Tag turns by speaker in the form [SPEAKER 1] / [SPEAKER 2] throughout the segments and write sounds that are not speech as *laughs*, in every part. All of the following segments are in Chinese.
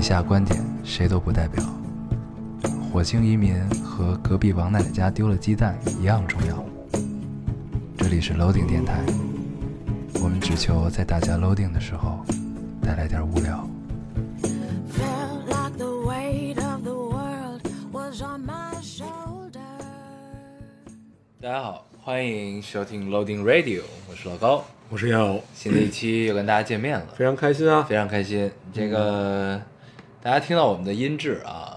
[SPEAKER 1] 下观点谁都不代表。火星移民和隔壁王奶奶家丢了鸡蛋一样重要。这里是 Loading 电台，我们只求在大家 Loading 的时候带来点无聊。
[SPEAKER 2] Felt like the weight of the world was on my shoulders.
[SPEAKER 1] 大家好，欢迎收听 Loading Radio，我是老高。
[SPEAKER 3] 我是耀，
[SPEAKER 1] 新的一期又跟大家见面了，
[SPEAKER 3] 非常开心啊，
[SPEAKER 1] 非常开心。这个大家听到我们的音质啊，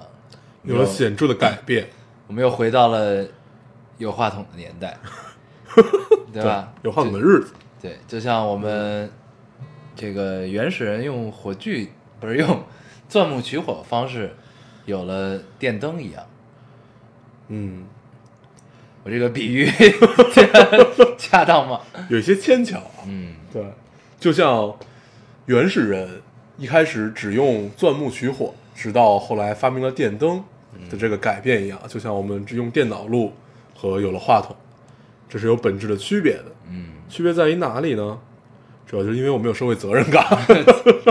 [SPEAKER 3] 有了显著的改变，
[SPEAKER 1] 我们又回到了有话筒的年
[SPEAKER 3] *laughs*
[SPEAKER 1] 代，对吧？
[SPEAKER 3] 有话筒的日子，
[SPEAKER 1] 对，就像我们这个原始人用火炬，不是用钻木取火方式，有了电灯一样。
[SPEAKER 3] 嗯，
[SPEAKER 1] 我这个比喻 *laughs* 恰当吗？
[SPEAKER 3] 有一些牵强啊。
[SPEAKER 1] 嗯，
[SPEAKER 3] 对，就像原始人一开始只用钻木取火，直到后来发明了电灯的这个改变一样，就像我们只用电脑录和有了话筒，这是有本质的区别的。
[SPEAKER 1] 嗯，
[SPEAKER 3] 区别在于哪里呢？主要就是因为我们有社会责任感。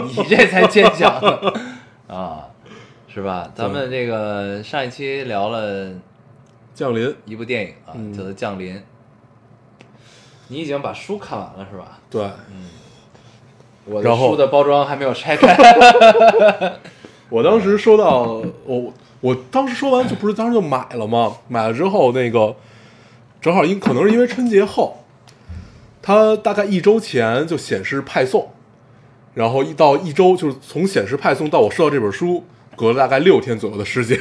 [SPEAKER 1] 你这才坚强呢啊，是吧？咱们这个上一期聊了
[SPEAKER 3] 降临，
[SPEAKER 1] 一部电影啊，
[SPEAKER 3] 嗯
[SPEAKER 1] 叫做《降临》。你已经把书看完了是吧？
[SPEAKER 3] 对
[SPEAKER 1] 我的
[SPEAKER 3] 然后
[SPEAKER 1] 书的包装还没有拆开。
[SPEAKER 3] *laughs* 我当时收到，我我当时说完就不是当时就买了吗？买了之后那个正好因可能是因为春节后，它大概一周前就显示派送，然后一到一周就是从显示派送到我收到这本书，隔了大概六天左右的时间。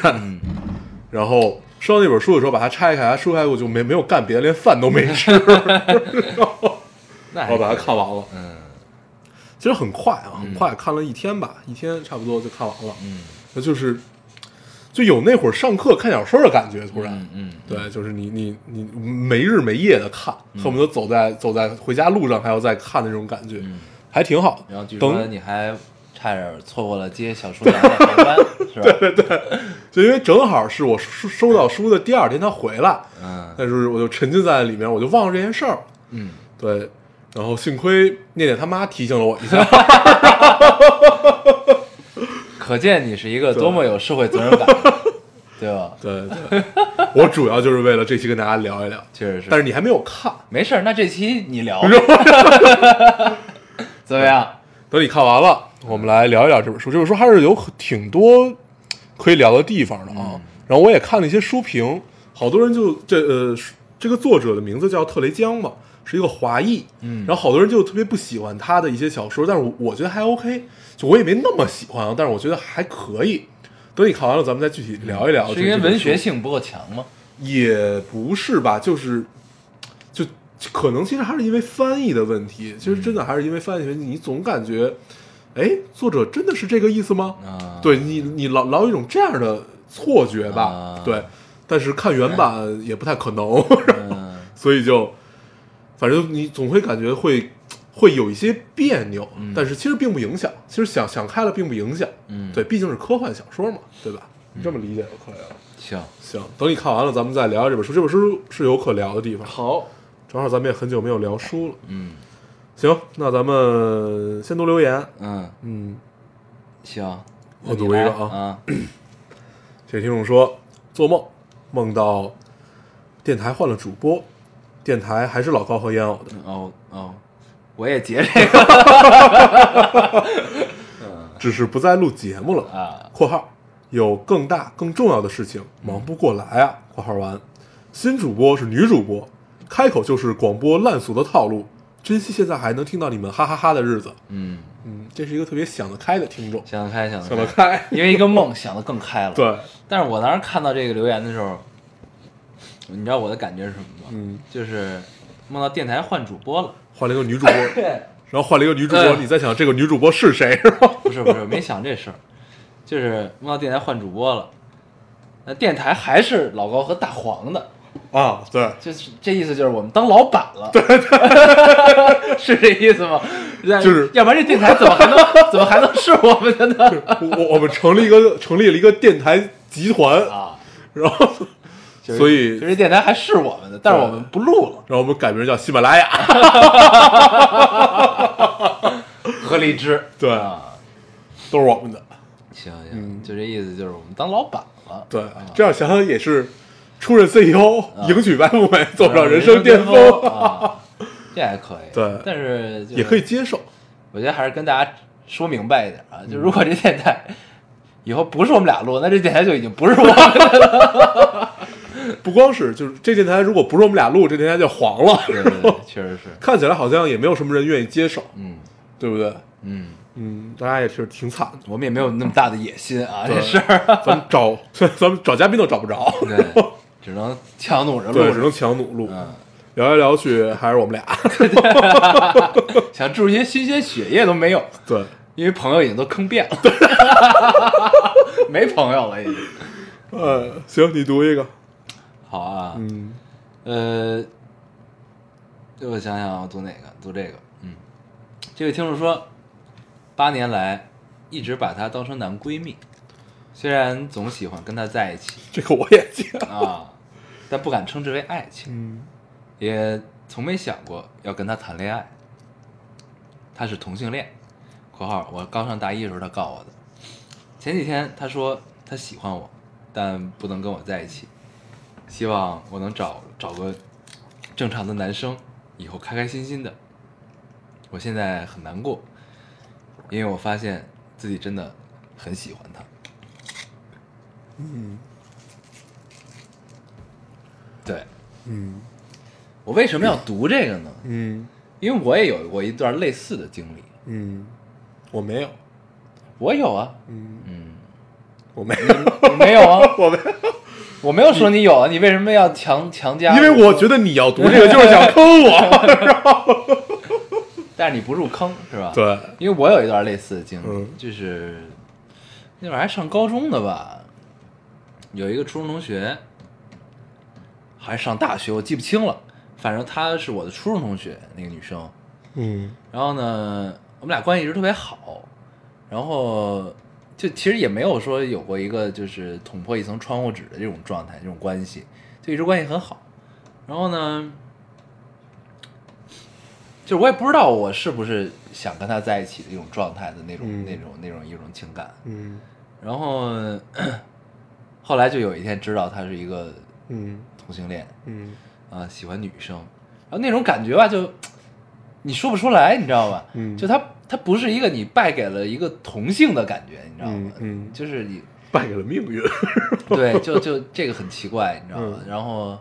[SPEAKER 3] 然后收到那本书的时候，把它拆开，拆开我就没没有干别的，连饭都没吃，
[SPEAKER 1] 那还
[SPEAKER 3] 然后把它
[SPEAKER 1] 可以
[SPEAKER 3] 看完了。
[SPEAKER 1] 嗯
[SPEAKER 3] 其实很快啊，很快看了一天吧，一天差不多就看完了。
[SPEAKER 1] 嗯
[SPEAKER 3] 那就是就有那会儿上课看小说的感觉，突然，
[SPEAKER 1] 嗯嗯，
[SPEAKER 3] 对，就是你你你没日没夜的看，恨不得走在走在回家路上还要再看的那种感觉，还挺好。
[SPEAKER 1] 嗯然后据说
[SPEAKER 3] 等
[SPEAKER 1] 你还差点错过了接小说男的航
[SPEAKER 3] *laughs*
[SPEAKER 1] 班，是吧？
[SPEAKER 3] 就因为正好是我收收到书的第二天他回来，
[SPEAKER 1] 嗯
[SPEAKER 3] 但是我就沉浸在里面，我就忘了这件事儿。
[SPEAKER 1] 嗯，
[SPEAKER 3] 对，然后幸亏念念他妈提醒了我一
[SPEAKER 1] *laughs*
[SPEAKER 3] 下，
[SPEAKER 1] 可见你是一个多么有社会责任
[SPEAKER 3] *laughs*
[SPEAKER 1] 感，对吧？
[SPEAKER 3] 对对，我主要就是为了这期跟大家聊一聊，
[SPEAKER 1] 确实是。
[SPEAKER 3] 但是你还没有看，
[SPEAKER 1] 没事儿，那这期你聊， *laughs* 怎么
[SPEAKER 3] *laughs*
[SPEAKER 1] 样？
[SPEAKER 3] 等你看完了，我们来聊一聊这本书。这本书还是有挺多可以聊的地方的啊。
[SPEAKER 1] 嗯
[SPEAKER 3] 然后我也看了一些书评，好多人就这呃，这个作者的名字叫特雷江嘛，是一个华裔。
[SPEAKER 1] 嗯
[SPEAKER 3] 然后好多人就特别不喜欢他的一些小说，但是我我觉得还 OK，就我也没那么喜欢啊，但是我觉得还可以。等你看完了，咱们再具体聊一聊这。
[SPEAKER 1] 嗯是因为
[SPEAKER 3] 这本
[SPEAKER 1] 文
[SPEAKER 3] 书
[SPEAKER 1] 学性不够强吗？
[SPEAKER 3] 也不是吧，就是就可能其实还是因为翻译的问题，其实真的还是因为翻译的问题，你总感觉，哎，作者真的是这个意思吗？
[SPEAKER 1] 啊，，
[SPEAKER 3] 对你，你老老有一种这样的错觉吧？
[SPEAKER 1] 啊
[SPEAKER 3] 对，但是看原版也不太可
[SPEAKER 1] *laughs*
[SPEAKER 3] 能，
[SPEAKER 1] 嗯
[SPEAKER 3] 所以就反正你总会感觉会会有一些别扭，但是其实并不影响，其实想想开了并不影响，
[SPEAKER 1] 嗯，
[SPEAKER 3] 对，，毕竟是科幻小说嘛，对吧？你这么理解就可以了。
[SPEAKER 1] 行，
[SPEAKER 3] 行，等你看完了，咱们再聊聊这本书。这本书是有可聊的地方。好，正好咱们也很久没有聊书了。
[SPEAKER 1] 嗯
[SPEAKER 3] 行，那咱们先读留言。
[SPEAKER 1] 嗯，
[SPEAKER 3] 嗯，
[SPEAKER 1] 行，
[SPEAKER 3] 我读一个啊
[SPEAKER 1] 啊，
[SPEAKER 3] 这位听众说，做梦梦到电台换了主播，电台还是老高和烟偶的。
[SPEAKER 1] 哦哦，我也截这
[SPEAKER 3] *laughs*
[SPEAKER 1] 个
[SPEAKER 3] 只是不再录节目了。
[SPEAKER 1] 啊，
[SPEAKER 3] 括号有更大更重要的事情忙不过来啊。括号完，新主播是女主播，开口就是广播烂俗的套路。珍惜现在还能听到你们哈哈哈的日子。
[SPEAKER 1] 嗯，
[SPEAKER 3] 嗯，这是一个特别想得开的听众，
[SPEAKER 1] 想得开，想
[SPEAKER 3] 想
[SPEAKER 1] 得 *laughs*
[SPEAKER 3] 得，开。
[SPEAKER 1] 因为一个梦想得更开了，
[SPEAKER 3] 对，
[SPEAKER 1] 但是我当时看到这个留言的时候，你知道我的感觉是什么吗？
[SPEAKER 3] 嗯，
[SPEAKER 1] 就是梦到电台换主播了。
[SPEAKER 3] 换了一个女
[SPEAKER 1] *laughs*
[SPEAKER 3] 主播，然
[SPEAKER 1] 对，
[SPEAKER 3] 后换了一个女主播，
[SPEAKER 1] 嗯
[SPEAKER 3] 你在想这个女主播是谁 *laughs* 是吧？
[SPEAKER 1] 不是不是，没想这事儿，就是梦到电台换主播了。那电台还是老高和大黄的，
[SPEAKER 3] 啊，对，
[SPEAKER 1] 就是这意思，就是我们当老板了，对 *laughs* 是这意思吗？那
[SPEAKER 3] 就是
[SPEAKER 1] 要不然这电台怎么还能怎么还能是我们的
[SPEAKER 3] *laughs*
[SPEAKER 1] 呢？
[SPEAKER 3] 我我我们成立一个成立了一个电台集团，
[SPEAKER 1] 啊，
[SPEAKER 3] 然后
[SPEAKER 1] 就是
[SPEAKER 3] 所以
[SPEAKER 1] 就是电台还是我们的， *laughs* 但是我们不录了，
[SPEAKER 3] 然后我们改名叫喜马
[SPEAKER 1] *laughs*
[SPEAKER 3] 拉雅。
[SPEAKER 1] 和荔枝
[SPEAKER 3] 对
[SPEAKER 1] 啊，
[SPEAKER 3] 都是我们的。
[SPEAKER 1] 行行，
[SPEAKER 3] 嗯
[SPEAKER 1] 就这意思，就是我们当老板了。
[SPEAKER 3] 对
[SPEAKER 1] 啊，
[SPEAKER 3] 这样想想也是，出任 CEO，迎娶白富美，
[SPEAKER 1] 啊
[SPEAKER 3] 走上人生巅
[SPEAKER 1] 峰
[SPEAKER 3] 峰，
[SPEAKER 1] 啊，这还可以。
[SPEAKER 3] 对
[SPEAKER 1] 但是就是
[SPEAKER 3] 也可以，接受。
[SPEAKER 1] 我觉得还是跟大家说明白一点
[SPEAKER 3] 嗯
[SPEAKER 1] 啊，就如果这电台以后不是我们俩录，那这电台就已经不是我们
[SPEAKER 3] *laughs*
[SPEAKER 1] 的了。
[SPEAKER 3] 不光是就是这电台，如果不是我们俩录，这电台就黄了。
[SPEAKER 1] 对对对， *laughs* 确实是，
[SPEAKER 3] *laughs* 看起来好像也没有什么人愿意接手，
[SPEAKER 1] 嗯
[SPEAKER 3] 对不对？
[SPEAKER 1] 嗯，
[SPEAKER 3] 嗯，大家也是挺惨的。
[SPEAKER 1] 我们也没有那么大的野心啊，
[SPEAKER 3] 对
[SPEAKER 1] 这事儿。
[SPEAKER 3] 咱们找 *laughs* 咱们找嘉宾都找不着，
[SPEAKER 1] *laughs* 对，只能强弩着
[SPEAKER 3] 对，
[SPEAKER 1] 录
[SPEAKER 3] 只
[SPEAKER 1] 着。
[SPEAKER 3] 能强弩录。
[SPEAKER 1] 嗯，
[SPEAKER 3] 聊来聊去还是我们俩， *laughs*
[SPEAKER 1] 想注入一些新鲜血液都没有，
[SPEAKER 3] 对，
[SPEAKER 1] 因为朋友已经都坑遍了， *laughs* 没朋友了已经。
[SPEAKER 3] 呃，行，你读一个，
[SPEAKER 1] 好啊，
[SPEAKER 3] 嗯，
[SPEAKER 1] 呃，我想想啊，读哪个？读这个。嗯，这位听众说，八年来一直把她当成男闺蜜，虽然总喜欢跟她在一起
[SPEAKER 3] 这个我也接，
[SPEAKER 1] 啊，但不敢称之为爱情，
[SPEAKER 3] 嗯，
[SPEAKER 1] 也从没想过要跟她谈恋爱。她是同性恋（括号我刚上大一的时候她告我的）。前几天她说她喜欢我，但不能跟我在一起，希望我能找找个正常的男生，以后开开心心的。我现在很难过，因为我发现自己真的很喜欢他。嗯，对，
[SPEAKER 3] 嗯
[SPEAKER 1] 我为什么要读这个呢？
[SPEAKER 3] 嗯
[SPEAKER 1] 因为我也有过一段类似的经历，
[SPEAKER 3] 嗯，我没有，
[SPEAKER 1] 我有啊，
[SPEAKER 3] 嗯，
[SPEAKER 1] 嗯，
[SPEAKER 3] 我没有，
[SPEAKER 1] 你没有啊，
[SPEAKER 3] 我没有。
[SPEAKER 1] 我没有说你有啊，你为什么要强强加？
[SPEAKER 3] *laughs* 因为我觉
[SPEAKER 1] 得，
[SPEAKER 3] 得你要读这个就是想坑我。
[SPEAKER 1] 但是你不入坑是吧？
[SPEAKER 3] *laughs* 对， *laughs*
[SPEAKER 1] 因为我有一段类似的经历，
[SPEAKER 3] 嗯
[SPEAKER 1] 就是那会儿还上高中的吧，有一个初中同学，还是上大学，我记不清了，反正她是我的初中同学，那个女生。
[SPEAKER 3] 嗯
[SPEAKER 1] 然后呢，我们俩关系一直特别好，然后就其实也没有说有过一个就是捅破一层窗户纸的这种状态，这种关系，就一直关系很好。然后呢，就是我也不知道我是不是想跟他在一起的一种状态的那种、
[SPEAKER 3] 嗯
[SPEAKER 1] 那种那种一种情感。
[SPEAKER 3] 嗯
[SPEAKER 1] 然后 *coughs* 后来就有一天知道他是一个
[SPEAKER 3] 嗯
[SPEAKER 1] 同性恋，
[SPEAKER 3] 嗯
[SPEAKER 1] 啊，喜欢女生，然后那种感觉吧，就你说不出来，你知道吧？
[SPEAKER 3] 嗯
[SPEAKER 1] 就他他不是一个你败给了一个同性的感觉，你知道吗？
[SPEAKER 3] 嗯嗯
[SPEAKER 1] 就是你
[SPEAKER 3] 败给了命运。 *laughs*
[SPEAKER 1] 对，就就这个很奇怪，你知道吗？
[SPEAKER 3] 嗯
[SPEAKER 1] 然后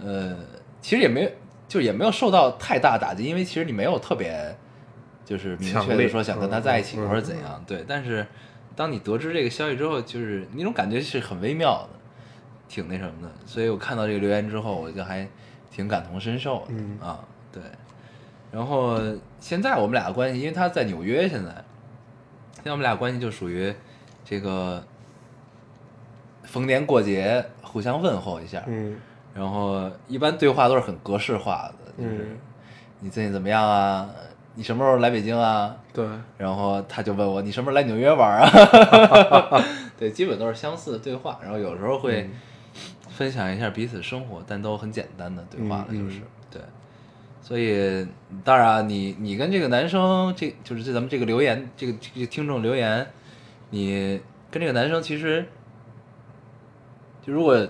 [SPEAKER 1] 呃，其实也没就也没有受到太大打击，因为其实你没有特别就是明
[SPEAKER 3] 强
[SPEAKER 1] 确的
[SPEAKER 3] 烈
[SPEAKER 1] 说想跟他
[SPEAKER 3] 嗯
[SPEAKER 1] 在一起
[SPEAKER 3] 嗯
[SPEAKER 1] 或者怎样，对，但是。当你得知这个消息之后，就是那种感觉是很微妙的，挺那什么的。所以我看到这个留言之后，我就还挺感同身受的、
[SPEAKER 3] 嗯
[SPEAKER 1] 啊，对。然后现在我们俩关系，因为他在纽约，现在现在我们俩关系就属于这个逢年过节互相问候一下，
[SPEAKER 3] 嗯
[SPEAKER 1] 然后一般对话都是很格式化的，就是、
[SPEAKER 3] 嗯，
[SPEAKER 1] 你最近怎么样啊？你什么时候来北京啊？
[SPEAKER 3] 对，
[SPEAKER 1] 然后他就问我你什么时候来纽约玩啊？ *laughs* 对，基本都是相似的对话，然后有时候会
[SPEAKER 3] 嗯
[SPEAKER 1] 分享一下彼此生活，但都很简单的对话了，
[SPEAKER 3] 嗯
[SPEAKER 1] 就是、
[SPEAKER 3] 嗯
[SPEAKER 1] 对。所以当然啊你，你跟这个男生，这就是这咱们这个留言，这个这个听众留言，你跟这个男生其实，就如果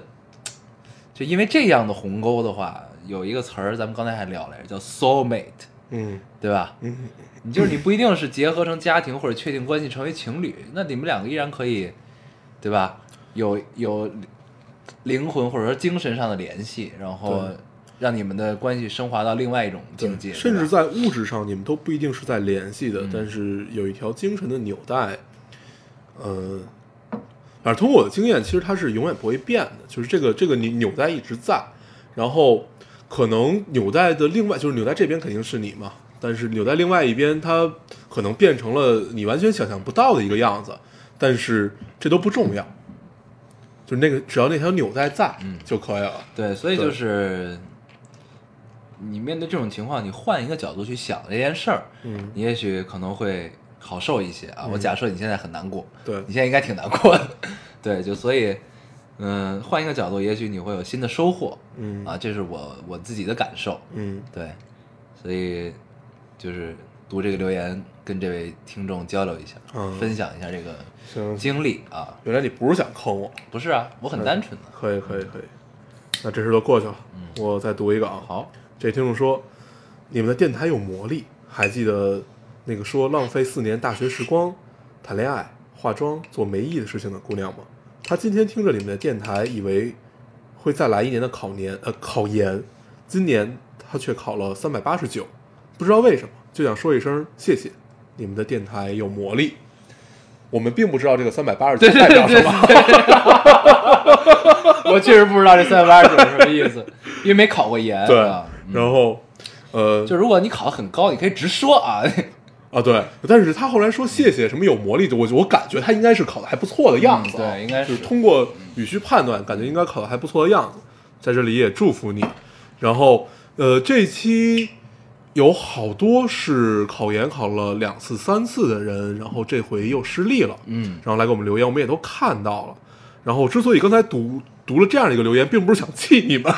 [SPEAKER 1] 就因为这样的鸿沟的话，有一个词儿咱们刚才还聊来着，叫 soul mate，
[SPEAKER 3] 嗯
[SPEAKER 1] 对吧？
[SPEAKER 3] 嗯
[SPEAKER 1] 你就是你不一定是结合成家庭或者确定关系成为情侣，那你们两个依然可以，对吧？有有灵魂或者说精神上的联系，然后
[SPEAKER 3] 对
[SPEAKER 1] 让你们的关系升华到另外一种境界，
[SPEAKER 3] 甚至
[SPEAKER 1] 对吧嗯
[SPEAKER 3] 在物质上，你们都不一定是在联系的，但是有一条精神的纽带，呃，反正通过我的经验，其实它是永远不会变的，就是这个这个纽纽带一直在，然后可能纽带的另外就是纽带这边肯定是你嘛，但是纽带另外一边它可能变成了你完全想象不到的一个样子，但是这都不重要，就是那个只要那条纽带在、
[SPEAKER 1] 嗯
[SPEAKER 3] 就可以了，
[SPEAKER 1] 对，所以
[SPEAKER 3] 对
[SPEAKER 1] 就是你面对这种情况，你换一个角度去想这件事儿，
[SPEAKER 3] 嗯
[SPEAKER 1] 你也许可能会好受一些啊。我假设你现在很难过，
[SPEAKER 3] 对
[SPEAKER 1] 你现在应该挺难过的， *laughs* 对，就所以，嗯，换一个角度，也许你会有新的收获，
[SPEAKER 3] 嗯
[SPEAKER 1] 啊，这是我我自己的感受，
[SPEAKER 3] 嗯
[SPEAKER 1] 对，所以就是读这个留言，跟这位听众交流一下，
[SPEAKER 3] 嗯
[SPEAKER 1] 分享一下这个
[SPEAKER 3] 行，
[SPEAKER 1] 经历啊。
[SPEAKER 3] 原来你不是想坑我，
[SPEAKER 1] 不是啊，我很单纯的。
[SPEAKER 3] 可以可以可以，那这事就过去了。我再读一个啊，
[SPEAKER 1] 好，
[SPEAKER 3] 这听众说，你们的电台有魔力，还记得那个说浪费四年大学时光谈恋爱、化妆、做没意义的事情的姑娘吗？她今天听着你们的电台，以为会再来一年的考年呃考研，今年她却考了三百八十九，不知道为什么，就想说一声谢谢，你们的电台有魔力。我们并不知道这个三百八十九代表什么，
[SPEAKER 1] *laughs* 我确实不知道这三百八十九是什么意思，因为没考过研。
[SPEAKER 3] 对
[SPEAKER 1] 啊，
[SPEAKER 3] 然后，呃，
[SPEAKER 1] 就如果你考得很高，你可以直说啊。
[SPEAKER 3] 啊，对，但是他后来说谢谢什么有魔力的，我我感觉他应该是考的还不错的样子、啊
[SPEAKER 1] 嗯对应该
[SPEAKER 3] 就是是通过语序判断，感觉应该考的还不错的样子。在这里也祝福你。然后，呃，这一期有好多是考研考了两次、三次的人，然后这回又失利了，
[SPEAKER 1] 嗯，
[SPEAKER 3] 然后来给我们留言，我们也都看到了。然后，之所以刚才读读了这样一个留言，并不是想气你们，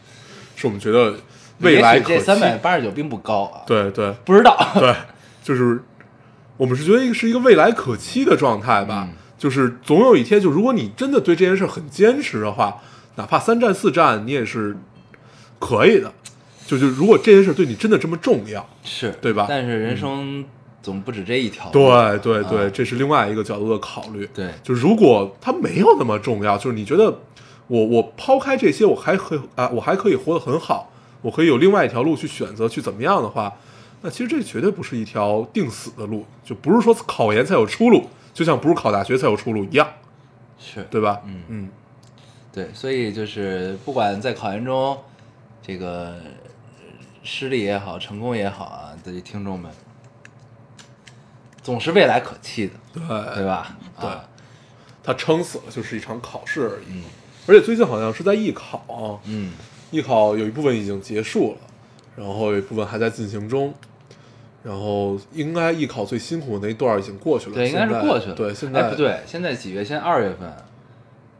[SPEAKER 3] *laughs* 是我们觉得未来
[SPEAKER 1] 也许
[SPEAKER 3] 可
[SPEAKER 1] 这
[SPEAKER 3] 期。
[SPEAKER 1] 三百八十九并不高啊，
[SPEAKER 3] 对对，
[SPEAKER 1] 不知道。
[SPEAKER 3] 对，就是我们是觉得是一个未来可期的状态吧。
[SPEAKER 1] 嗯
[SPEAKER 3] 就是总有一天，就如果你真的对这件事很坚持的话，哪怕三战四战，你也是可以的。就就如果这件事对你真的这么重要，
[SPEAKER 1] 是
[SPEAKER 3] 对吧嗯
[SPEAKER 1] 但是人生总不止这一条路。
[SPEAKER 3] 对对对，
[SPEAKER 1] 啊
[SPEAKER 3] 这是另外一个角度的考虑。
[SPEAKER 1] 对
[SPEAKER 3] 就如果它没有那么重要，就是你觉得我我抛开这些，我还可以啊，我还可以活得很好，我可以有另外一条路去选择去怎么样的话，那其实这绝对不是一条定死的路，就不是说考研才有出路，就像不是考大学才有出路一样，
[SPEAKER 1] 是，
[SPEAKER 3] 对吧？
[SPEAKER 1] 嗯
[SPEAKER 3] 嗯，
[SPEAKER 1] 对，所以就是不管在考研中，这个呃失利也好，成功也好啊，这些听众们总是未来可期的，对
[SPEAKER 3] 对，
[SPEAKER 1] 吧？啊，
[SPEAKER 3] 他撑死了就是一场考试而已，而且最近好像是在艺考啊，
[SPEAKER 1] 嗯，
[SPEAKER 3] 艺考有一部分已经结束了，然后有一部分还在进行中。然后应该艺考最辛苦的那一段已经过去了，
[SPEAKER 1] 对，应该是
[SPEAKER 3] 现在
[SPEAKER 1] 过去了。
[SPEAKER 3] 对，现
[SPEAKER 1] 哎
[SPEAKER 3] 在
[SPEAKER 1] 不，对，现在几月？现在二月份，